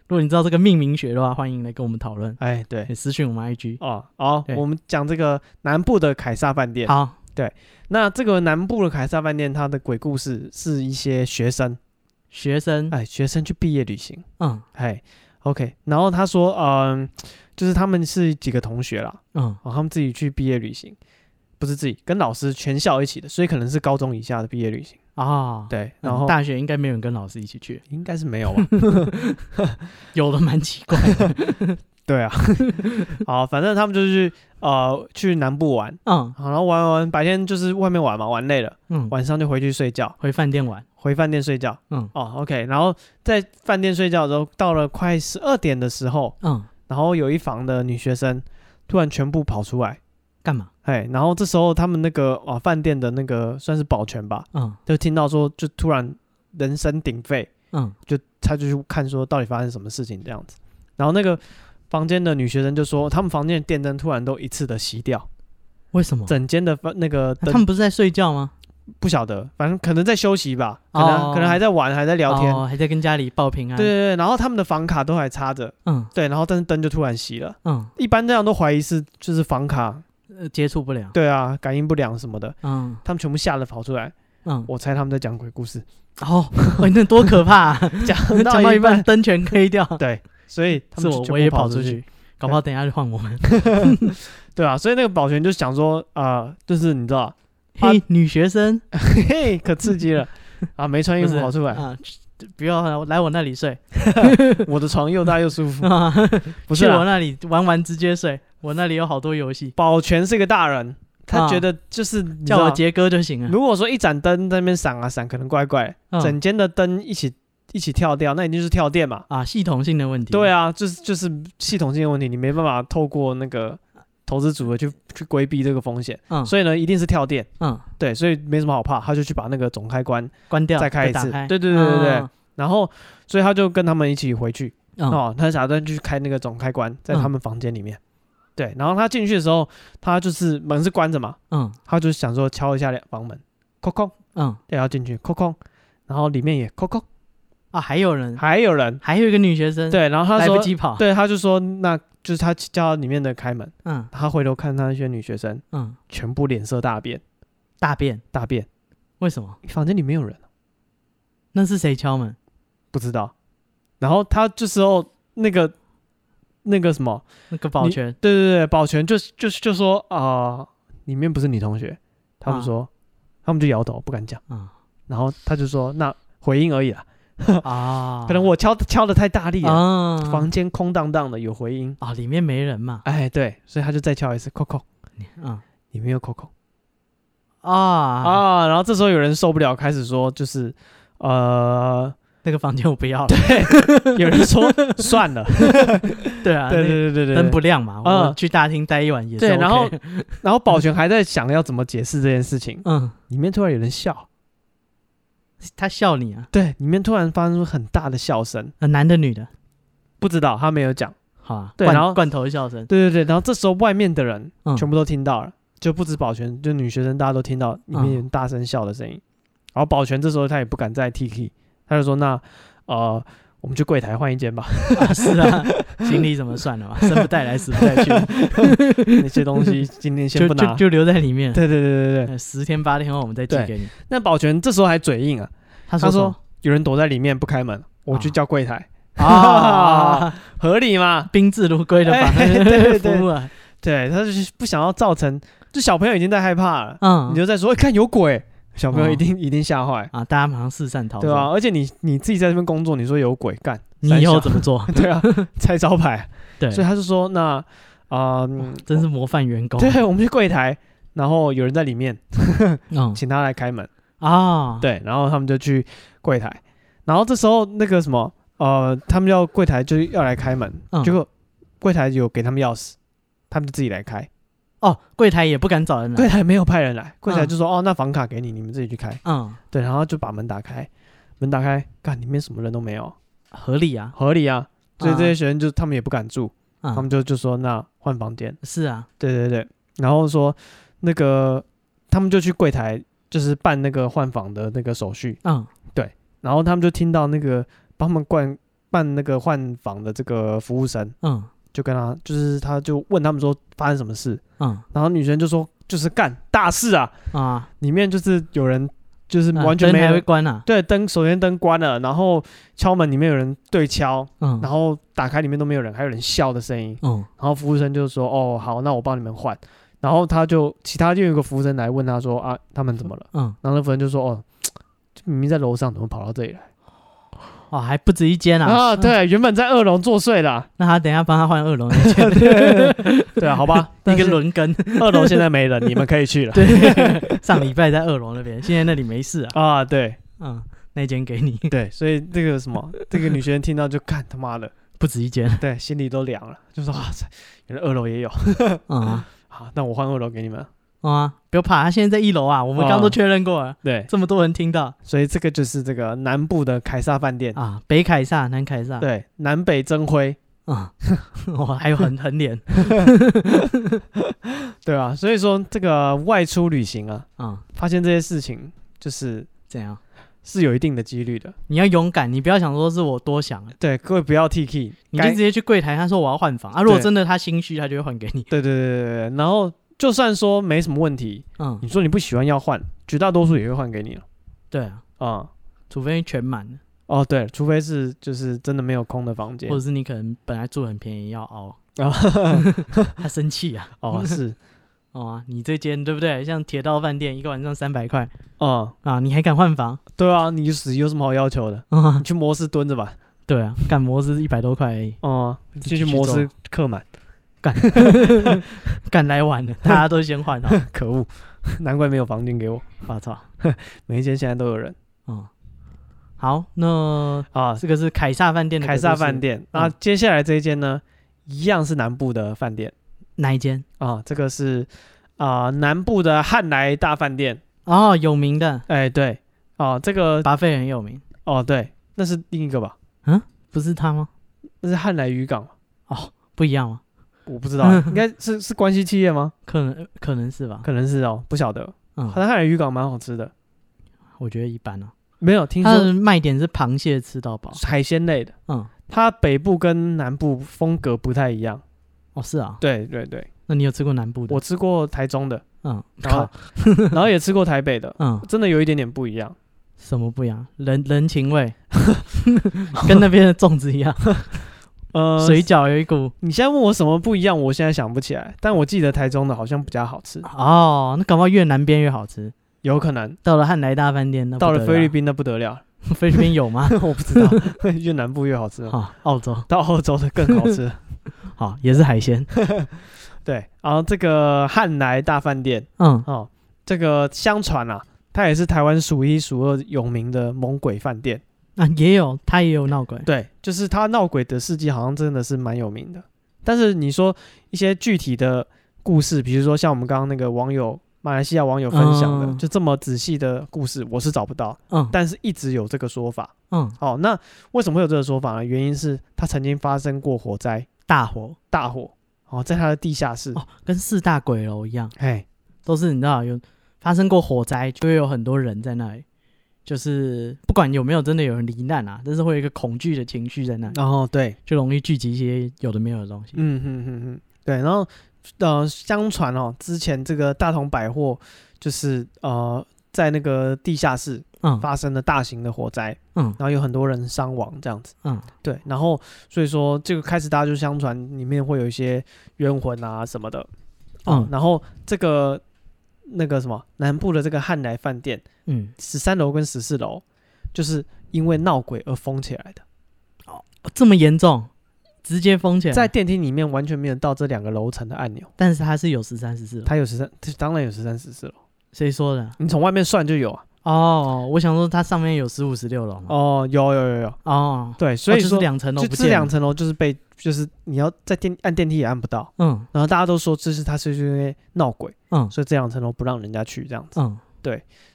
Speaker 2: 如果你知道这个命名学的话，欢迎来跟我们讨论，
Speaker 1: 哎，对
Speaker 2: 也私讯我们 IG。
Speaker 1: 哦，好、
Speaker 2: 嗯对
Speaker 1: 我们讲这个南部的凯撒饭店。
Speaker 2: 好，
Speaker 1: 那这个南部的凯撒饭店，它的鬼故事是一些学生，
Speaker 2: 学生，
Speaker 1: 哎，学生去毕业旅行，
Speaker 2: 嗯
Speaker 1: 哎，OK。然后他说，嗯、就是他们是几个同学啦，
Speaker 2: 嗯
Speaker 1: 哦，他们自己去毕业旅行，不是自己跟老师全校一起的，所以可能是高中以下的毕业旅行。
Speaker 2: 啊，
Speaker 1: 对，
Speaker 2: 嗯，
Speaker 1: 然后、
Speaker 2: 大学应该没有人跟老师一起去，
Speaker 1: 应该是没有吧？
Speaker 2: 有的蛮奇 怪的。
Speaker 1: 对啊， 好，反正他们就是去呃去南部玩，
Speaker 2: 嗯
Speaker 1: 好，然后玩玩玩，白天就是外面玩嘛，玩累了，
Speaker 2: 嗯，
Speaker 1: 晚上就回去睡觉，
Speaker 2: 回饭店玩，
Speaker 1: 回饭店睡觉。
Speaker 2: 嗯
Speaker 1: 哦，OK，然后在饭店睡觉的时候，到了快十二点的时候，
Speaker 2: 嗯，
Speaker 1: 然后有一房的女学生突然全部跑出来，
Speaker 2: 干嘛？
Speaker 1: 哎，然后这时候他们那个啊饭店的那个算是保全吧，
Speaker 2: 嗯
Speaker 1: 就听到说就突然人声鼎沸，
Speaker 2: 嗯
Speaker 1: 就他就去看说到底发生什么事情这样子，然后那个房间的女学生就说，他们房间的电灯突然都一次的熄掉，
Speaker 2: 为什么？
Speaker 1: 整间的那个
Speaker 2: 啊他
Speaker 1: 灯
Speaker 2: 们不是在睡觉吗？
Speaker 1: 不晓得，反正可能在休息吧，可能、
Speaker 2: 哦
Speaker 1: 可能还在玩，还在聊天。
Speaker 2: 哦，还在跟家里报平安。
Speaker 1: 对对，对，然后他们的房卡都还插着，
Speaker 2: 嗯
Speaker 1: 对，然后但是灯就突然熄了。
Speaker 2: 嗯，
Speaker 1: 一般这样都怀疑是就是房卡，
Speaker 2: 呃接触不了。
Speaker 1: 对啊，感应不良什么的，
Speaker 2: 嗯
Speaker 1: 他们全部吓得跑出来。
Speaker 2: 嗯，
Speaker 1: 我猜他们在讲鬼故 事，
Speaker 2: 哦，喂那多可怕！ 啊！
Speaker 1: 讲
Speaker 2: 讲
Speaker 1: 到
Speaker 2: 到
Speaker 1: 一
Speaker 2: 一半
Speaker 1: 半，
Speaker 2: 灯全黑掉，
Speaker 1: 对， 所 以他
Speaker 2: 是
Speaker 1: 们
Speaker 2: 我
Speaker 1: 就
Speaker 2: 我
Speaker 1: 全
Speaker 2: 也
Speaker 1: 部跑
Speaker 2: 跑出
Speaker 1: 去，
Speaker 2: 去，搞不好等一下就换我们。
Speaker 1: 对啊，所以那个保全就想说啊、就是你知道， 啊
Speaker 2: 嘿，女学生，
Speaker 1: 嘿嘿，可刺激 了啊，没穿衣
Speaker 2: 不啊
Speaker 1: 服
Speaker 2: 是
Speaker 1: 跑出来，
Speaker 2: 啊，不要来来我那里睡，
Speaker 1: 我的床又大又舒服，嗯 不
Speaker 2: 去
Speaker 1: 是啊
Speaker 2: 我
Speaker 1: 啦，
Speaker 2: 那里玩玩直接睡，我那里有好多游戏，
Speaker 1: 保全是个大人，他
Speaker 2: 啊
Speaker 1: 觉得就是你知
Speaker 2: 叫我
Speaker 1: 道
Speaker 2: 杰哥就行了。
Speaker 1: 如果说一盏灯在那边闪啊闪，可能怪怪，
Speaker 2: 嗯
Speaker 1: 整间的灯一起一起跳掉，那一定是跳电嘛。
Speaker 2: 啊，系统性的问题。
Speaker 1: 对
Speaker 2: 啊，
Speaker 1: 啊，就是就是系统性的问题，你没办法透过那个投资组合去去规避这个风险，
Speaker 2: 嗯
Speaker 1: 所以呢，一定是跳电。
Speaker 2: 嗯，
Speaker 1: 对，所以没什么好怕，他就去把那个总开关
Speaker 2: 关掉
Speaker 1: 再开一
Speaker 2: 打
Speaker 1: 次。
Speaker 2: 开
Speaker 1: 对对对对对，
Speaker 2: 嗯
Speaker 1: 然后所以他就跟他们一起回去，
Speaker 2: 嗯
Speaker 1: 哦，他打算去开那个总开关，在他
Speaker 2: 嗯
Speaker 1: 们房间里面。对，然后他进去的时候，他就是门是关着嘛，
Speaker 2: 嗯
Speaker 1: 他就想说敲一下房门，扣扣，
Speaker 2: 嗯
Speaker 1: 对，要进去，扣扣，然后里面也扣扣，
Speaker 2: 啊，还有人，
Speaker 1: 还有人，
Speaker 2: 还有一个女学生，，
Speaker 1: 对，然后他
Speaker 2: 嗯来不
Speaker 1: 说，
Speaker 2: 及跑，，
Speaker 1: 对，他就说，那就是他叫里面的开门，
Speaker 2: 嗯
Speaker 1: 他回头看他那些女学生，
Speaker 2: 嗯，
Speaker 1: 全部脸色大变，
Speaker 2: 大便，
Speaker 1: 大变，
Speaker 2: 为什么？
Speaker 1: 房间里没有人，啊
Speaker 2: 那是谁敲门？
Speaker 1: 不知道。然后他这时候那个那个什么，
Speaker 2: 那个保
Speaker 1: 你
Speaker 2: 全，
Speaker 1: 对对对，保全就就就说啊、里面不是你同学，他们
Speaker 2: 啊
Speaker 1: 说，他们就摇头不敢讲，
Speaker 2: 嗯
Speaker 1: 然后他就说那回应而已啦，
Speaker 2: 啊，
Speaker 1: 可能我敲敲的太大力了，
Speaker 2: 啊，
Speaker 1: 房间空荡荡的有回音，
Speaker 2: 啊，里面没人嘛，
Speaker 1: 哎对，所以他就再敲一次，扣扣，
Speaker 2: 嗯
Speaker 1: 里面有扣扣
Speaker 2: 啊，
Speaker 1: 啊，然后这时候有人受不了，开始说就是呃，
Speaker 2: 那个房间我不要了，
Speaker 1: 有人说算了，
Speaker 2: 对啊，
Speaker 1: 对对
Speaker 2: 那
Speaker 1: 对对对，
Speaker 2: 灯不亮嘛，
Speaker 1: 嗯
Speaker 2: 我去大厅待一晚也是
Speaker 1: 对
Speaker 2: OK
Speaker 1: 然后然后保全还在想要怎么解释这件事情，
Speaker 2: 嗯，
Speaker 1: 里面突然有人笑，
Speaker 2: 他笑你啊，
Speaker 1: 对，里面突然发出很大的笑声，
Speaker 2: 呃男的女的，
Speaker 1: 不知道他没有讲，
Speaker 2: 好啊，
Speaker 1: 对
Speaker 2: 罐
Speaker 1: 然后
Speaker 2: 罐头笑声，
Speaker 1: 对对对，然后这时候外面的人
Speaker 2: 嗯
Speaker 1: 全部都听到了，就不止保全，就女学生大家都听到里面有人大声笑的声音，然后保全这时候他也不敢再 T K，他就说那呃。我们去柜台换一间吧，
Speaker 2: 啊是啊，行李怎么算了 嘛，生不带来，死不带去，
Speaker 1: 那些东 西今天先
Speaker 2: 就
Speaker 1: 不拿
Speaker 2: 就。就留在里面，
Speaker 1: 对对对对对对，
Speaker 2: 呃十天八天后我们再寄
Speaker 1: 对
Speaker 2: 给你。
Speaker 1: 那保全这时候还嘴硬啊，
Speaker 2: 他
Speaker 1: 他
Speaker 2: 说
Speaker 1: 说有人躲在里面不开门，我去
Speaker 2: 啊
Speaker 1: 叫柜台，
Speaker 2: 什么 啊，
Speaker 1: 合理吗？
Speaker 2: 宾至如归的吧，
Speaker 1: 哎对 对对
Speaker 2: 服务啊，
Speaker 1: 对，他就是不想要造成，就小朋友已经在害怕了，
Speaker 2: 嗯
Speaker 1: 你，就在说、哎看有鬼，小朋友一
Speaker 2: 哦
Speaker 1: 定、一定吓坏，
Speaker 2: 啊，大家马上四散逃走，
Speaker 1: 对吧、而且你你自己在这边工作，你说有鬼干，
Speaker 2: 你
Speaker 1: 三
Speaker 2: 以
Speaker 1: 小
Speaker 2: 后怎 么做？
Speaker 1: 对啊，拆招牌，
Speaker 2: 对，
Speaker 1: 所以他就说那啊、嗯
Speaker 2: 真是模范员工，
Speaker 1: 对，我们去柜台，然后有人在里面，
Speaker 2: 嗯
Speaker 1: 请他来开门，
Speaker 2: 啊，
Speaker 1: 对，然后他们就去柜台，然后这时候那个什么呃，他们要柜台就是要来开门，
Speaker 2: 嗯
Speaker 1: 结果柜台有给他们钥匙，他们就自己来开。
Speaker 2: 哦，柜台也不敢找人来，
Speaker 1: 柜台没有派人来，柜台
Speaker 2: 嗯
Speaker 1: 就说、哦，那房卡给你，你们自己去开。
Speaker 2: 嗯，
Speaker 1: 对，然后就把门打开，门打开，看里面什么人都没有，
Speaker 2: 合理啊，
Speaker 1: 合理啊。所以
Speaker 2: 啊
Speaker 1: 这些学生就他们也不敢住，他
Speaker 2: 嗯，
Speaker 1: 们就就说那换房间。
Speaker 2: 是啊，
Speaker 1: 对对对，然后说那个他们就去柜台，就是办那个换房的那个手续。
Speaker 2: 嗯
Speaker 1: 然后他们就听到那个帮他们办办那个换房的这个服务生，
Speaker 2: 嗯
Speaker 1: 就跟他就是他就问他们说发生什么事，
Speaker 2: 嗯
Speaker 1: 然后女生就说就是干大事啊，
Speaker 2: 啊，
Speaker 1: 里面就是有人就是
Speaker 2: 啊
Speaker 1: 完全
Speaker 2: 灯
Speaker 1: 没
Speaker 2: 还
Speaker 1: 人、
Speaker 2: 会关啊，
Speaker 1: 对灯，首先灯关了，然后敲门里面有人对敲，
Speaker 2: 嗯，
Speaker 1: 然后打开里面都没有人，还有人笑的声音。
Speaker 2: 嗯
Speaker 1: 然后服务生就说：“哦，好，那我帮你们换。”然后他就其他就有一个服务生来问他说：“啊，他们怎么了
Speaker 2: 嗯，？”
Speaker 1: 然后那服务生就说：“哦，这明明在楼上，怎么跑到这里来
Speaker 2: 哇，还不止一间？”啊，
Speaker 1: 啊，对，原本在二楼作祟啦。
Speaker 2: 那他等一下帮他换二楼那 间，
Speaker 1: 对啊，好吧，
Speaker 2: 一个
Speaker 1: 但是
Speaker 2: 轮更，
Speaker 1: 二楼现在没人，你们可以去了。
Speaker 2: 对，上礼拜在二楼那边，现在那里没事啊，
Speaker 1: 啊，对
Speaker 2: 嗯，那间给你，
Speaker 1: 对，所以这个什么，这个女学生听到就干他妈的，
Speaker 2: 不止一间，
Speaker 1: 对，心里都凉了，就说啊，这原来二楼也有，
Speaker 2: 嗯啊。
Speaker 1: 好，那我换二楼给你们。
Speaker 2: 嗯啊，不要怕，他现在在一楼啊，我们刚刚都
Speaker 1: 啊
Speaker 2: 确认过了，
Speaker 1: 对，
Speaker 2: 这么多人听到
Speaker 1: 所以这个就是这个南部的凯撒饭店，
Speaker 2: 啊，北凯撒、南凯撒，
Speaker 1: 对，南北争辉，
Speaker 2: 啊， 我还有很很脸
Speaker 1: 对啊，所以说这个外出旅行啊，
Speaker 2: 啊，
Speaker 1: 发现这些事情就是
Speaker 2: 怎样？
Speaker 1: 是有一定的几率的。
Speaker 2: 你要勇敢，你不要想说是我多想了，
Speaker 1: 对，各位不要 T K，
Speaker 2: 你就直接去柜台，他说我要换房啊。如果真的他心虚，他就会换给你。
Speaker 1: 对对对对对对，然后就算说没什么问题，
Speaker 2: 嗯，
Speaker 1: 你说你不喜欢要换，绝大多数也会换给你了
Speaker 2: 对啊，
Speaker 1: 啊。
Speaker 2: 除非全满了，
Speaker 1: 哦，对，除非是就是真的没有空的房间
Speaker 2: 或者是你可能本来住很便宜要熬，
Speaker 1: 啊，
Speaker 2: 他生气啊。
Speaker 1: 哦是
Speaker 2: 哦啊，你这间对不对？像铁道饭店一个晚上三百块
Speaker 1: 啊，
Speaker 2: 啊，你还敢换房
Speaker 1: 对啊，你死有什么好要求 的？
Speaker 2: 啊
Speaker 1: 你？去摩斯蹲着吧，
Speaker 2: 对啊，干摩斯一百多块而已，
Speaker 1: 哦、进去
Speaker 2: 去
Speaker 1: 摩
Speaker 2: 做
Speaker 1: 斯客满，
Speaker 2: 干来晚了，大家都 先换啊。
Speaker 1: 可恶，难怪没有房间给我。啊
Speaker 2: 我操，
Speaker 1: 每一间现在都有人
Speaker 2: 嗯，好，那
Speaker 1: 啊。
Speaker 2: 这个是嗯凯撒饭店的
Speaker 1: 凯撒饭
Speaker 2: 店
Speaker 1: 店，那、接下来这一间呢，一样是南部的饭店
Speaker 2: 哪一间？
Speaker 1: 啊，这个是啊、南部的汉来大饭店，
Speaker 2: 哦，有名的，
Speaker 1: 哎对，哦、这个
Speaker 2: 巴菲很有名。
Speaker 1: 哦对，那是另一个吧？
Speaker 2: 不是他吗？
Speaker 1: 那是汉来渔港，
Speaker 2: 哦，不一样吗？
Speaker 1: 我不知 道欸，应该是是关西企业吗？
Speaker 2: 可能可能是吧。
Speaker 1: 可能是哦，不晓得。
Speaker 2: 嗯，
Speaker 1: 但汉来渔港蛮好吃的，
Speaker 2: 我觉得一般啊。
Speaker 1: 没有听
Speaker 2: 它的
Speaker 1: 说
Speaker 2: 卖点是螃蟹吃到饱。
Speaker 1: 海鲜类的，
Speaker 2: 嗯，
Speaker 1: 它北部跟南部风格不太一样。
Speaker 2: 哦是啊。
Speaker 1: 对对对，
Speaker 2: 那你有吃过南部的？
Speaker 1: 我啊吃过台中的，
Speaker 2: 嗯，
Speaker 1: 然后
Speaker 2: 靠，
Speaker 1: 然后也吃过台北的，
Speaker 2: 嗯，
Speaker 1: 真的有一点点不一样。
Speaker 2: 什么不一样？人人情味， 跟那边的粽子一样。
Speaker 1: 呃，
Speaker 2: 水饺有一股
Speaker 1: 你现在问我什么不一样，我现在想不起来，但我记得台中的好像比较好吃，
Speaker 2: 哦，那搞不好越南边越好吃。
Speaker 1: 有可能
Speaker 2: 到了汉来大饭店，那不
Speaker 1: 到了
Speaker 2: 得
Speaker 1: 菲律宾那不得了，
Speaker 2: 了， 菲律宾有吗？
Speaker 1: 我不知道， 越南部越好吃，
Speaker 2: 啊，澳洲
Speaker 1: 到澳洲的更好 吃。
Speaker 2: 好也是海鲜。
Speaker 1: 对，然后这个汉来大饭店
Speaker 2: 嗯，
Speaker 1: 哦，这个相传啊，它也是台湾数一数二有名的猛鬼饭店。
Speaker 2: 啊也有，他也有闹鬼。
Speaker 1: 对，就是它闹鬼的事迹好像真的是蛮有名的。但是你说一些具体的故事，比如说像我们刚刚那个网友马来西亚网友分享的，
Speaker 2: 嗯
Speaker 1: 就这么仔细的故事，我是找不到，
Speaker 2: 嗯
Speaker 1: 但是一直有这个说法。
Speaker 2: 嗯，
Speaker 1: 哦，那为什么会有这个说法呢？原因是它曾经发生过火灾、
Speaker 2: 大火
Speaker 1: 大火，哦，在它的地下室。
Speaker 2: 哦，跟四大鬼楼一样，
Speaker 1: 哎，
Speaker 2: 都是你知道有发生过火灾，就会有很多人在那里，就是不管有没有真的有人罹难啊，但是会有一个恐惧的情绪在那里，
Speaker 1: 然后对，
Speaker 2: 就容易聚集一些有的没有的东西。
Speaker 1: 嗯哼哼哼，对，然后呃，相传哦，之前这个大同百货就是呃，在那个地下室
Speaker 2: 嗯
Speaker 1: 发生了大型的火灾，
Speaker 2: 嗯
Speaker 1: 然后有很多人伤亡这样子。
Speaker 2: 嗯
Speaker 1: 对，然后所以说这个开始大家就相传里面会有一些冤魂啊什么的，
Speaker 2: 嗯
Speaker 1: 然后这个那个什么南部的这个汉来饭店
Speaker 2: 嗯，
Speaker 1: 十三楼跟十四楼，就是因为闹鬼而封起来的，
Speaker 2: 哦这么严重，直接封起来。
Speaker 1: 在，电梯里面完全没有到这两个楼层的按钮，
Speaker 2: 但是它是有十三十四，
Speaker 1: 它有十三，当然有十三十四楼。
Speaker 2: 谁说的？
Speaker 1: 你从外面算就有啊。
Speaker 2: 哦，我想说它上面有十五十六楼嘛。
Speaker 1: 哦，有有有有，
Speaker 2: 哦，
Speaker 1: 对，所以
Speaker 2: 哦就
Speaker 1: 说、
Speaker 2: 是两层楼
Speaker 1: 就
Speaker 2: 不
Speaker 1: 这
Speaker 2: 见
Speaker 1: 两
Speaker 2: 了。
Speaker 1: 层楼就是被就是你要在电按电梯也按不到，
Speaker 2: 嗯
Speaker 1: 然后大家都说这是他是因为闹鬼，
Speaker 2: 嗯
Speaker 1: 所以这两层楼不让人家去这样子。
Speaker 2: 嗯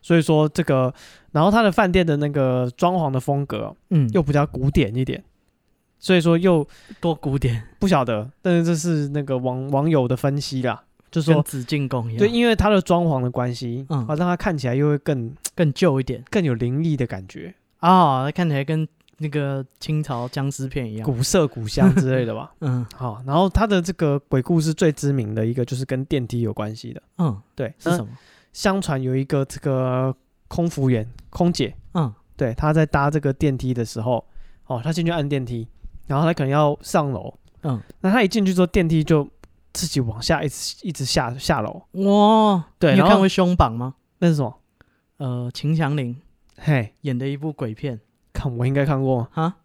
Speaker 1: 所以说这个，然后他的饭店的那个装潢的风格
Speaker 2: 嗯，
Speaker 1: 又比较古典一点，所以说又
Speaker 2: 多古典，
Speaker 1: 不晓得，但是这是那个网网友的分析啦， 就
Speaker 2: 跟
Speaker 1: 说。
Speaker 2: 紫禁宫一样，
Speaker 1: 对，因为它的装潢的关系，
Speaker 2: 嗯
Speaker 1: 啊，让它看起来又会更
Speaker 2: 更旧一点。
Speaker 1: 更有灵异的感觉，
Speaker 2: 啊、它看起来跟那个清朝僵尸片一样。
Speaker 1: 古色古香之类的吧。
Speaker 2: 嗯
Speaker 1: 好、然后它的这个鬼故事最知名的一个就是跟电梯有关系的，
Speaker 2: 嗯，
Speaker 1: 对，
Speaker 2: 是
Speaker 1: 那
Speaker 2: 什么？
Speaker 1: 相传有一个这个空服员空姐，
Speaker 2: 嗯
Speaker 1: 对，她在搭这个电梯的时候，哦，她进去按电梯，然后她可能要上楼，
Speaker 2: 嗯，
Speaker 1: 那她一进去之后，电梯就自己往下一直一直下下楼，
Speaker 2: 呃哇，
Speaker 1: 对
Speaker 2: 你有
Speaker 1: 然后
Speaker 2: 看过《凶榜》吗？
Speaker 1: 那是什么？
Speaker 2: 呃，秦祥林
Speaker 1: 嘿，
Speaker 2: 演的一部鬼片
Speaker 1: 看我应该看过吗，
Speaker 2: 哈，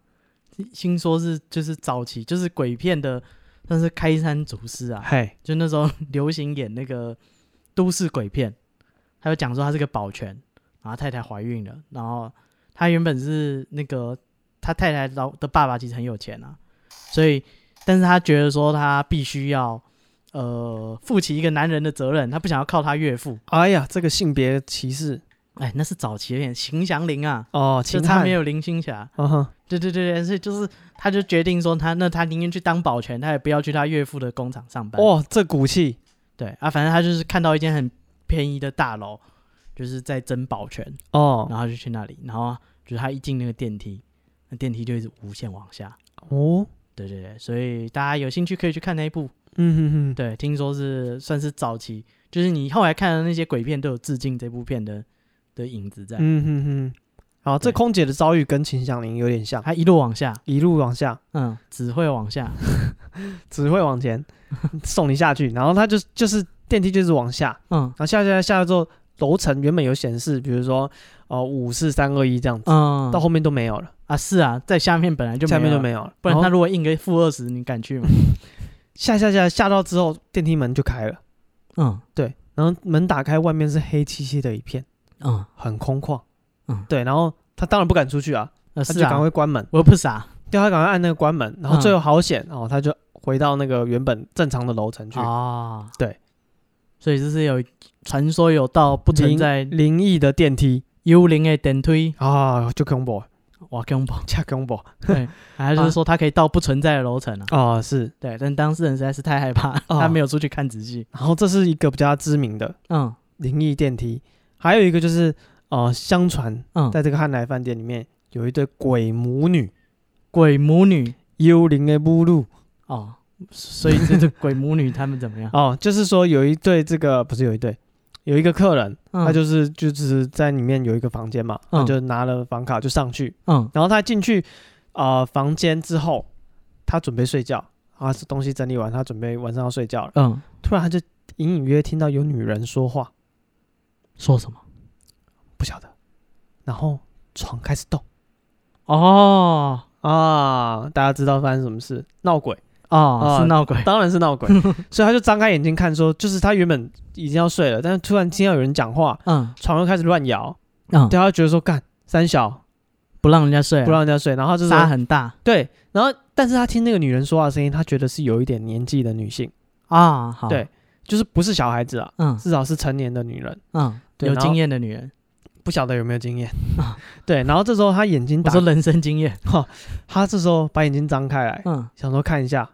Speaker 2: 听说是就是早期就是鬼片的，算是开山祖师啊，
Speaker 1: 嘿，
Speaker 2: 就那时候流行演那个都市鬼片，他就讲说他是个保全，然后太太怀孕了，然后他原本是那个他太太老的爸爸其实很有钱啊，所以但是他觉得说他必须要呃负起一个男人的责任，他不想要靠他岳父，
Speaker 1: 哎呀，这个性别歧视
Speaker 2: 哎，那是早期的演秦祥林啊，
Speaker 1: 哦，
Speaker 2: 就
Speaker 1: 秦
Speaker 2: 他
Speaker 1: 汉
Speaker 2: 没，有林青霞，
Speaker 1: 嗯哼，
Speaker 2: 对对对对，所以就是他就决定说他那他宁愿去当保全，他也不要去他岳父的工厂上班。
Speaker 1: 哇、哦这骨气，
Speaker 2: 对啊，反正他就是看到一间很便宜的大楼，就是在争保全，
Speaker 1: 哦
Speaker 2: 然后就去那里，然后就是他一进那个电梯，那电梯就一直无限往下。
Speaker 1: 哦，
Speaker 2: 对对对，所以大家有兴趣可以去看那一部。
Speaker 1: 嗯哼哼，
Speaker 2: 对，听说是算是早期，就是你后来看的那些鬼片都有致敬这部片的的影子在。
Speaker 1: 嗯哼哼，好，这
Speaker 2: 对
Speaker 1: 空姐的遭遇跟秦祥林有点像，
Speaker 2: 他一路往下，
Speaker 1: 一路往下，
Speaker 2: 嗯，只会往下，
Speaker 1: 只会往 前送你下去，然后他就就是电梯就是往下，
Speaker 2: 嗯
Speaker 1: 然后下下下来之后，楼层原本有显示，比如说呃五四三二一这样子，
Speaker 2: 嗯，
Speaker 1: 到后面都没有了，
Speaker 2: 啊是啊，在下面本来就
Speaker 1: 下面就
Speaker 2: 有
Speaker 1: 没哦有了，
Speaker 2: 不然他
Speaker 1: 然后
Speaker 2: 如果印个负二十，你敢去吗？
Speaker 1: 下下下下到之后，电梯门就开了，
Speaker 2: 嗯
Speaker 1: 对，然后门打开，外面是黑漆漆的一片，
Speaker 2: 嗯，
Speaker 1: 很空旷，
Speaker 2: 嗯
Speaker 1: 对，然后他当然不敢出去啊，
Speaker 2: 啊
Speaker 1: 他
Speaker 2: 是
Speaker 1: 就赶
Speaker 2: 啊
Speaker 1: 快，关门，
Speaker 2: 我又不傻，
Speaker 1: 对，他赶快按那个关门，然后最
Speaker 2: 嗯
Speaker 1: 后好险，然后他就回到那个原本正常的楼层去，
Speaker 2: 啊，
Speaker 1: 对，
Speaker 2: 所以就是有传说有到不存在
Speaker 1: 灵异的电梯
Speaker 2: 幽灵的电梯
Speaker 1: 啊，就恐怖了，
Speaker 2: 哇、瓦工宝，
Speaker 1: 恰康宝
Speaker 2: 对，还就是说他可以到不存在的楼层啊，
Speaker 1: 啊是，
Speaker 2: 对，但当事人实在是太害怕，
Speaker 1: 哦
Speaker 2: 他没有出去看仔细，
Speaker 1: 然后这是一个比较知名的
Speaker 2: 嗯
Speaker 1: 灵异电梯，还有一个就是呃，相传
Speaker 2: 嗯，
Speaker 1: 在这个汉来饭店里面有一对鬼母女，
Speaker 2: 鬼母女
Speaker 1: 幽灵的母女
Speaker 2: 哦，所以这这鬼母女他们怎么样？
Speaker 1: 哦，就是说有一对这个不是有一对，有一个客人，
Speaker 2: 嗯
Speaker 1: 他就是就是在里面有一个房间嘛，他
Speaker 2: 嗯
Speaker 1: 就拿了房卡就上去，
Speaker 2: 嗯
Speaker 1: 然后他进去呃房间之后，他准备睡觉啊，东西整理完，他准备晚上要睡觉了，
Speaker 2: 嗯，
Speaker 1: 突然他就隐隐约听到有女人说话，
Speaker 2: 说什么？
Speaker 1: 不晓得，然后床开始动。
Speaker 2: 哦
Speaker 1: 啊，大家知道发生什么事？闹鬼，
Speaker 2: 哦，是闹鬼，
Speaker 1: 当然是闹鬼。所以他就张开眼睛看说就是他原本已经要睡了，但是突然听到有人讲话，
Speaker 2: 嗯
Speaker 1: 床又开始乱摇，
Speaker 2: 嗯，
Speaker 1: 对，他就觉得说干三小
Speaker 2: 不让人家睡啊，
Speaker 1: 不让人家睡，然后他就
Speaker 2: 沙
Speaker 1: 说
Speaker 2: 很大
Speaker 1: 对，然后但是他听那个女人说话的声音，他觉得是有一点年纪的女性，
Speaker 2: 啊，好，
Speaker 1: 对，就是不是小孩子啊，
Speaker 2: 嗯
Speaker 1: 至少是成年的女人，
Speaker 2: 嗯，
Speaker 1: 对
Speaker 2: 有
Speaker 1: 然后
Speaker 2: 经验的女人，
Speaker 1: 不晓得有没有经验
Speaker 2: 啊。
Speaker 1: 对，然后这时候他眼睛
Speaker 2: 我
Speaker 1: 打
Speaker 2: 说，人生经验，
Speaker 1: 他这时候把眼睛张开来，
Speaker 2: 嗯，
Speaker 1: 想说看一下，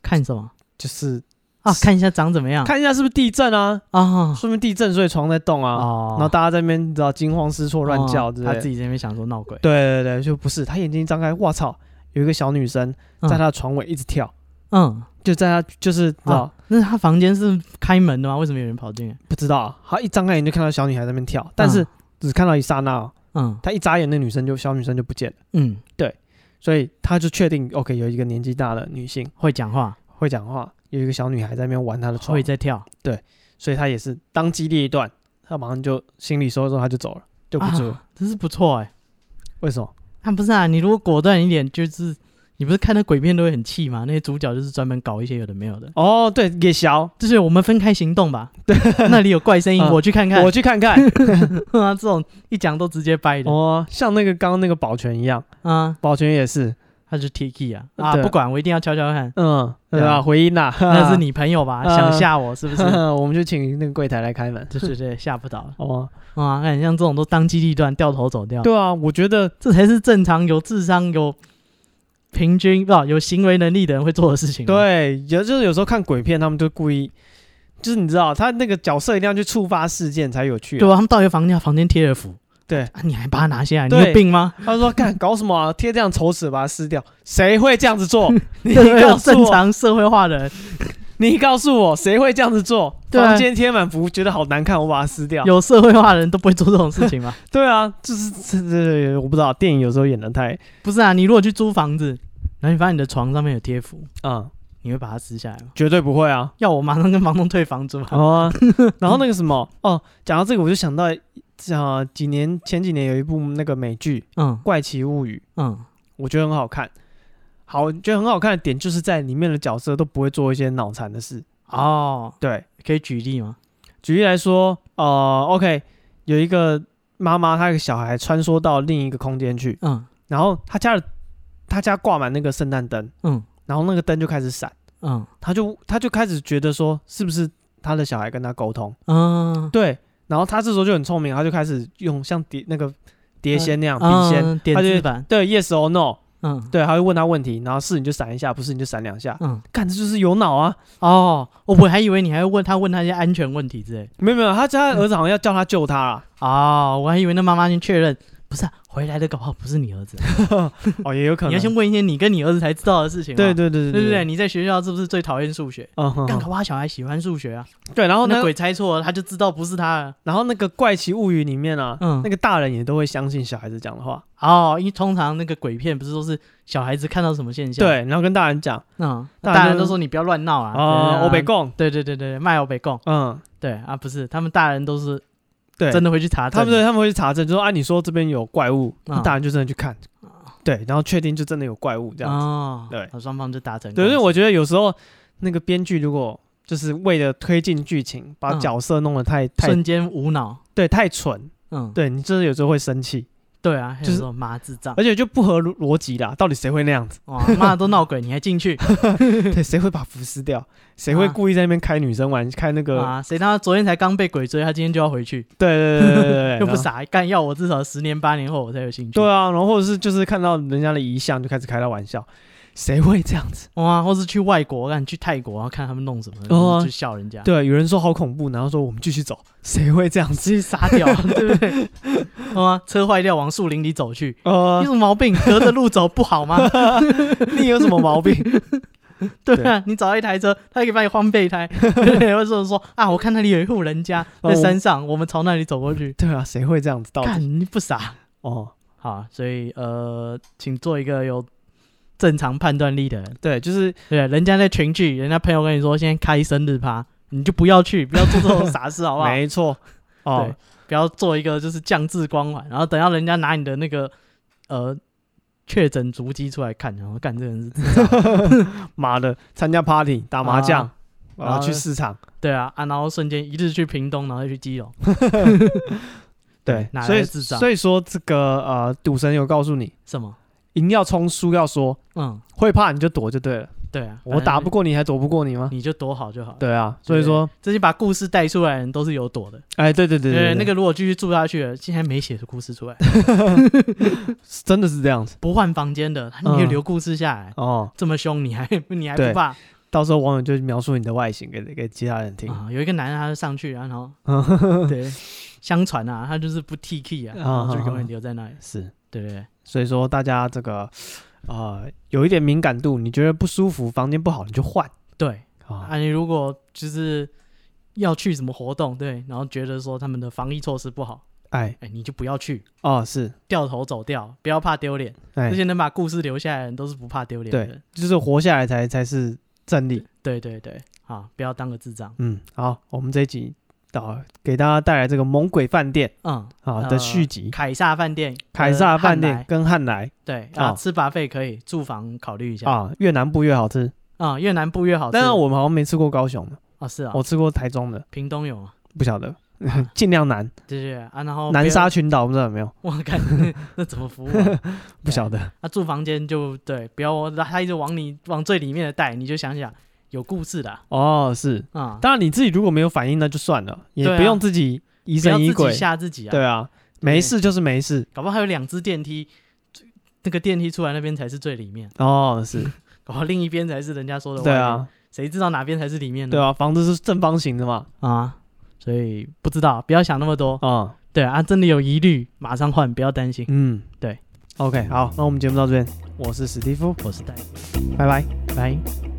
Speaker 2: 看什么
Speaker 1: 就是
Speaker 2: 啊？
Speaker 1: 是
Speaker 2: 看一下长怎么样
Speaker 1: 看一下是不是地震啊，
Speaker 2: 啊？
Speaker 1: 说明地震所以床在动啊。
Speaker 2: 哦
Speaker 1: 然后大家在那边你知道惊慌失措、乱叫之类
Speaker 2: 啊他
Speaker 1: 的。
Speaker 2: 自己在那边想说闹鬼，
Speaker 1: 对对对，就不是他眼睛一张开，哇操，有一个小女生
Speaker 2: 嗯
Speaker 1: 在他的床尾一直跳，
Speaker 2: 嗯，
Speaker 1: 就在他就是你知道、
Speaker 2: 那他房间是开门的吗？为什么有人跑进来？
Speaker 1: 不知道，他一张开眼就看到小女孩在那边跳，但
Speaker 2: 啊
Speaker 1: 是只看到一刹那哦，
Speaker 2: 嗯
Speaker 1: 他一眨眼那女生就小女生就不见了，
Speaker 2: 嗯，
Speaker 1: 所以他就确定 OK 有一个年纪大的女性
Speaker 2: 会讲话，
Speaker 1: 会讲话，有一个小女孩在那边玩她的床
Speaker 2: 会，在跳，
Speaker 1: 所以他也是当机立断，他马上就心里收一收，他就走了，就不住了。
Speaker 2: 啊，真是不错哎。
Speaker 1: 为什么？
Speaker 2: 啊，不是啊，你如果果断一点，就是你不是看那鬼片都会很气吗？那些主角就是专门搞一些有的没有的，
Speaker 1: 哦，对，也小，
Speaker 2: 就是我们分开行动吧。对，那里有怪声音，
Speaker 1: 嗯
Speaker 2: 我去看看。
Speaker 1: 我去看 看。
Speaker 2: 啊，这种一讲都直接掰的
Speaker 1: 哦，像那个刚刚那个保全一样，
Speaker 2: 啊，
Speaker 1: 保全也是，
Speaker 2: 他是 T K 啊啊，
Speaker 1: 对
Speaker 2: 不管我一定要敲敲看，
Speaker 1: 嗯，对
Speaker 2: 对
Speaker 1: 吧？
Speaker 2: 啊
Speaker 1: 回音呐，
Speaker 2: 那是你朋友吧？
Speaker 1: 啊
Speaker 2: 想吓我是不是？
Speaker 1: 我们就请那个柜台来开门。
Speaker 2: 对对对，吓不 倒了
Speaker 1: 哦，
Speaker 2: 啊！看像这种都当机立断，掉头走掉，
Speaker 1: 对啊，我觉得
Speaker 2: 这才是正常有智商有平均不有行为能力的人会做的事情。，啊
Speaker 1: 对，有就是有时候看鬼片，他们就故意，就是你知道，他那个角色一定要去触发事件才有趣啊。
Speaker 2: 对吧？他们到一个房间，房间贴了符，
Speaker 1: 对
Speaker 2: 啊，你还把它拿下来，你
Speaker 1: 对
Speaker 2: 有病吗？
Speaker 1: 他说：“干搞什么啊？贴这样丑死，把它撕掉，谁会这样子 做？你
Speaker 2: 这没有
Speaker 1: 告诉
Speaker 2: 正
Speaker 1: 我，
Speaker 2: 常社会化的人，
Speaker 1: 你告诉我，谁会这样子做？
Speaker 2: 对啊
Speaker 1: 房间贴满符，觉得好难看，我把它撕掉。
Speaker 2: 有社会化的人都不会做这种事情吗？
Speaker 1: 对啊，就是这这，我不知道，电影有时候演的太……
Speaker 2: 不是啊，你如果去租房子，然后你发现你的床上面有贴符，
Speaker 1: 嗯，
Speaker 2: 你会把它撕下来吗？
Speaker 1: 绝对不会啊。”
Speaker 2: 要我马上跟房东退房 租啊。
Speaker 1: 哦、啊， 然后那个什么，哦，讲到这个我就想到，啊，几年前几年有一部那个美剧
Speaker 2: 嗯
Speaker 1: 《怪奇物语》，
Speaker 2: 嗯
Speaker 1: 我觉得很好看。好，我觉得很好看的点就是在里面的角色都不会做一些脑残的事。
Speaker 2: 哦，
Speaker 1: 对，
Speaker 2: 可以举例吗？
Speaker 1: 举例来说，呃，OK，有一个妈妈，她的小孩穿梭到另一个空间去，
Speaker 2: 嗯
Speaker 1: 然后她家的她家挂满那个圣诞灯，
Speaker 2: 嗯
Speaker 1: 然后那个灯就开始闪，
Speaker 2: 嗯
Speaker 1: 她就她就开始觉得说，是不是她的小孩跟她沟通？
Speaker 2: 嗯，
Speaker 1: 对，然后他这时候就很聪明，他就开始用像碟那个碟仙那样啊笔仙，
Speaker 2: 嗯点
Speaker 1: 他就
Speaker 2: 字版，
Speaker 1: 对 yes or no，
Speaker 2: 嗯
Speaker 1: 对，他会问他问题，然后是你就闪一下，不是你就闪两下，
Speaker 2: 嗯
Speaker 1: 干这就是有脑啊！
Speaker 2: 哦，我我还以为你还会问他问他一些安全问题之类。
Speaker 1: 没有没有，他家儿子好像要叫他救他啊啦，
Speaker 2: 哦，我还以为那妈妈先确认，不是、啊、回来的搞不好不是你儿子，啊
Speaker 1: 哦也有可能，
Speaker 2: 你要先问一些你跟你儿子才知道的事情嘛。
Speaker 1: 对对对
Speaker 2: 对对
Speaker 1: 对
Speaker 2: 不对，，你在学校是不是最讨厌数学？
Speaker 1: 嗯哦哼
Speaker 2: 干搞
Speaker 1: 哼
Speaker 2: 不好小孩喜欢数学啊，
Speaker 1: 对，然后
Speaker 2: 那
Speaker 1: 呢，
Speaker 2: 鬼猜错了他就知道不是他了。
Speaker 1: 然后那个怪奇物语里面啊，
Speaker 2: 嗯
Speaker 1: 那个大人也都会相信小孩子讲的话，
Speaker 2: 哦，因为通常那个鬼片不是都是小孩子看到什么现象，，
Speaker 1: 对，然后跟大人讲
Speaker 2: 嗯，
Speaker 1: 大
Speaker 2: 那
Speaker 1: 人
Speaker 2: 大人
Speaker 1: 就
Speaker 2: 都说你不要乱闹啊，
Speaker 1: 啊，
Speaker 2: 对
Speaker 1: 我被，供，
Speaker 2: 对对对对，卖我被供，
Speaker 1: 嗯，
Speaker 2: 对啊，不是，他们大人都是
Speaker 1: 对，
Speaker 2: 真的会去查
Speaker 1: 他
Speaker 2: 证
Speaker 1: 们对他们会去查证，就说啊，你说这边有怪物，
Speaker 2: 啊
Speaker 1: 那大人就真的去看，对，然后确定就真的有怪物这样子。
Speaker 2: 哦，
Speaker 1: 对
Speaker 2: 好，双方就达成共
Speaker 1: 对，
Speaker 2: 识，
Speaker 1: 所以我觉得有时候那个编剧如果就是为了推进剧情，把
Speaker 2: 嗯
Speaker 1: 角色弄得太太
Speaker 2: 瞬间无脑，
Speaker 1: 对太蠢，
Speaker 2: 嗯，
Speaker 1: 对你真的有时候会生气。
Speaker 2: 对啊，
Speaker 1: 就是
Speaker 2: 就是妈智障，
Speaker 1: 而且就不合逻逻辑啦，到底谁会那样 子？
Speaker 2: 哇，妈都闹鬼，你还 进去
Speaker 1: 对，谁会把服撕掉？谁会
Speaker 2: 啊
Speaker 1: 故意在那边开女生玩，开那个？
Speaker 2: 啊？谁他妈昨天才刚被鬼追，他今天就要回去，
Speaker 1: 对对对对对对，
Speaker 2: 又不
Speaker 1: 然后
Speaker 2: 傻，干要我至少十年八年后我才有兴趣。
Speaker 1: 对啊，然后或者是就是看到人家的遗像就开始开他玩笑，谁会这样子？
Speaker 2: 哇，或是去外国，干去泰国，然后看他们弄什么，
Speaker 1: 哦
Speaker 2: 就去笑人家，，
Speaker 1: 对，有人说好恐怖，然后说我们继续走，谁会这样子？
Speaker 2: 直 接杀 掉，对不对？哇，车坏掉，往树林里走去，
Speaker 1: 呃
Speaker 2: 你，有什么毛病？隔着路走不好吗？
Speaker 1: 你有什么毛 病？
Speaker 2: 对啊，你找到一台车，他可以帮你换备 胎，对或者说说啊，我看那里有一户人家
Speaker 1: 哦
Speaker 2: 在山上，我们朝那里走过去，
Speaker 1: 对啊，谁会这样子？到底
Speaker 2: 干你不傻
Speaker 1: 哦，
Speaker 2: 好，所以呃，请做一个有正常判断力的人。
Speaker 1: 对，就是
Speaker 2: 对，人家在群聚，人家朋友跟你说现在开生日趴，你就不要去，不要做这种傻事，好不 好？
Speaker 1: 没错哦
Speaker 2: 对，不要做一个就是降智光环，然后等到人家拿你的那个呃确诊足迹出来看，然后干这个人是智障
Speaker 1: 妈的，参加 party 打麻将
Speaker 2: 啊，
Speaker 1: 然后
Speaker 2: 然后
Speaker 1: 去市场，
Speaker 2: 对啊啊，然后瞬间一日去屏东，然后再去基隆，
Speaker 1: 对
Speaker 2: 哪，来
Speaker 1: 所以
Speaker 2: 的智障
Speaker 1: 所以说这个呃，赌神有告诉你，
Speaker 2: 什么？
Speaker 1: 赢要冲，输要说，
Speaker 2: 嗯，
Speaker 1: 会怕你就躲就对了，
Speaker 2: 对啊，
Speaker 1: 我打不
Speaker 2: 过
Speaker 1: 过你还躲不过你吗？
Speaker 2: 你就躲好就好了。
Speaker 1: 对啊，所以说，
Speaker 2: 这些把故事带出来的人都是有躲的，
Speaker 1: 哎，对对对对，
Speaker 2: 那个如果继续住下去了，现在没写的故事出来，
Speaker 1: 真的是这样子
Speaker 2: 不换房间的，你可以留故事下来。
Speaker 1: 哦。
Speaker 2: 这么凶，你还 你还
Speaker 1: 嗯对
Speaker 2: 不怕
Speaker 1: 到时候网友就描述你的外形给给其他人听，
Speaker 2: 啊？有一个男的，他就上去，然后对，相传啊，他就是不 T K 啊，
Speaker 1: 嗯啊
Speaker 2: 然后就
Speaker 1: 啊
Speaker 2: 永远
Speaker 1: 啊
Speaker 2: 留在那里，
Speaker 1: 是，
Speaker 2: 对对对，
Speaker 1: 所以说大家这个呃有一点敏感度，你觉得不舒服，房间不好你就换
Speaker 2: 对
Speaker 1: 啊，
Speaker 2: 啊，你如果就是要去什么活动，对，然后觉得说他们的防疫措施不好，
Speaker 1: 哎
Speaker 2: 哎，你就不要去，
Speaker 1: 哦是，
Speaker 2: 掉头走掉，不要怕丢脸。
Speaker 1: 哎
Speaker 2: 这些能把故事留下来的人都是不怕丢脸的
Speaker 1: 对
Speaker 2: 人。，
Speaker 1: 就是活下来才才是胜利。
Speaker 2: 对对对，啊，不要当个智障。
Speaker 1: 嗯，好，我们这一集到给大家带来这个《猛鬼饭店
Speaker 2: 嗯，》
Speaker 1: 啊
Speaker 2: 呃
Speaker 1: 的续集，
Speaker 2: 凯撒饭店，
Speaker 1: 凯
Speaker 2: 呃
Speaker 1: 撒饭
Speaker 2: 汉
Speaker 1: 店
Speaker 2: 来
Speaker 1: 跟汉来
Speaker 2: 对啊，
Speaker 1: 哦
Speaker 2: 吃把费可以，住房考虑一下
Speaker 1: 啊，越南部越好吃。
Speaker 2: 啊。越南部越好吃。
Speaker 1: 但是我们好像没吃过高雄的，
Speaker 2: 啊是啊
Speaker 1: 我，吃过台中的，
Speaker 2: 屏东有啊，
Speaker 1: 不晓得
Speaker 2: 啊
Speaker 1: 尽量南
Speaker 2: 对对对啊，然后
Speaker 1: 南
Speaker 2: 别
Speaker 1: 沙，群岛，哦不知道有没有，
Speaker 2: 我看那那怎么服务啊？
Speaker 1: 不晓得。
Speaker 2: 啊，住房间就对，不要他一直往你往最里面的带，你就想想有故事的啊
Speaker 1: 哦，是，
Speaker 2: 啊，
Speaker 1: 当然你自己如果没有反应那就算了，也
Speaker 2: 对啊
Speaker 1: 不用自己疑
Speaker 2: 不要
Speaker 1: 神疑
Speaker 2: 自己
Speaker 1: 鬼。
Speaker 2: 吓自己啊。
Speaker 1: 对啊，没事就是没事。
Speaker 2: 搞不好还有两只电梯，那个电梯出来那边才是最里面，
Speaker 1: 哦，是，
Speaker 2: 搞不好另一边才是人家说的外
Speaker 1: 对
Speaker 2: 面，
Speaker 1: 啊，
Speaker 2: 谁知道哪边才是里面呢？
Speaker 1: 对啊，房子是正方形的嘛，
Speaker 2: 啊，所以不知道，不要想那么多。
Speaker 1: 啊，
Speaker 2: 对啊，真的有疑虑，马上换，不要担心。
Speaker 1: 嗯，
Speaker 2: 对。
Speaker 1: OK，好，那我们节目到这边，我是史蒂夫，
Speaker 2: 我是戴，
Speaker 1: 拜拜。
Speaker 2: 拜。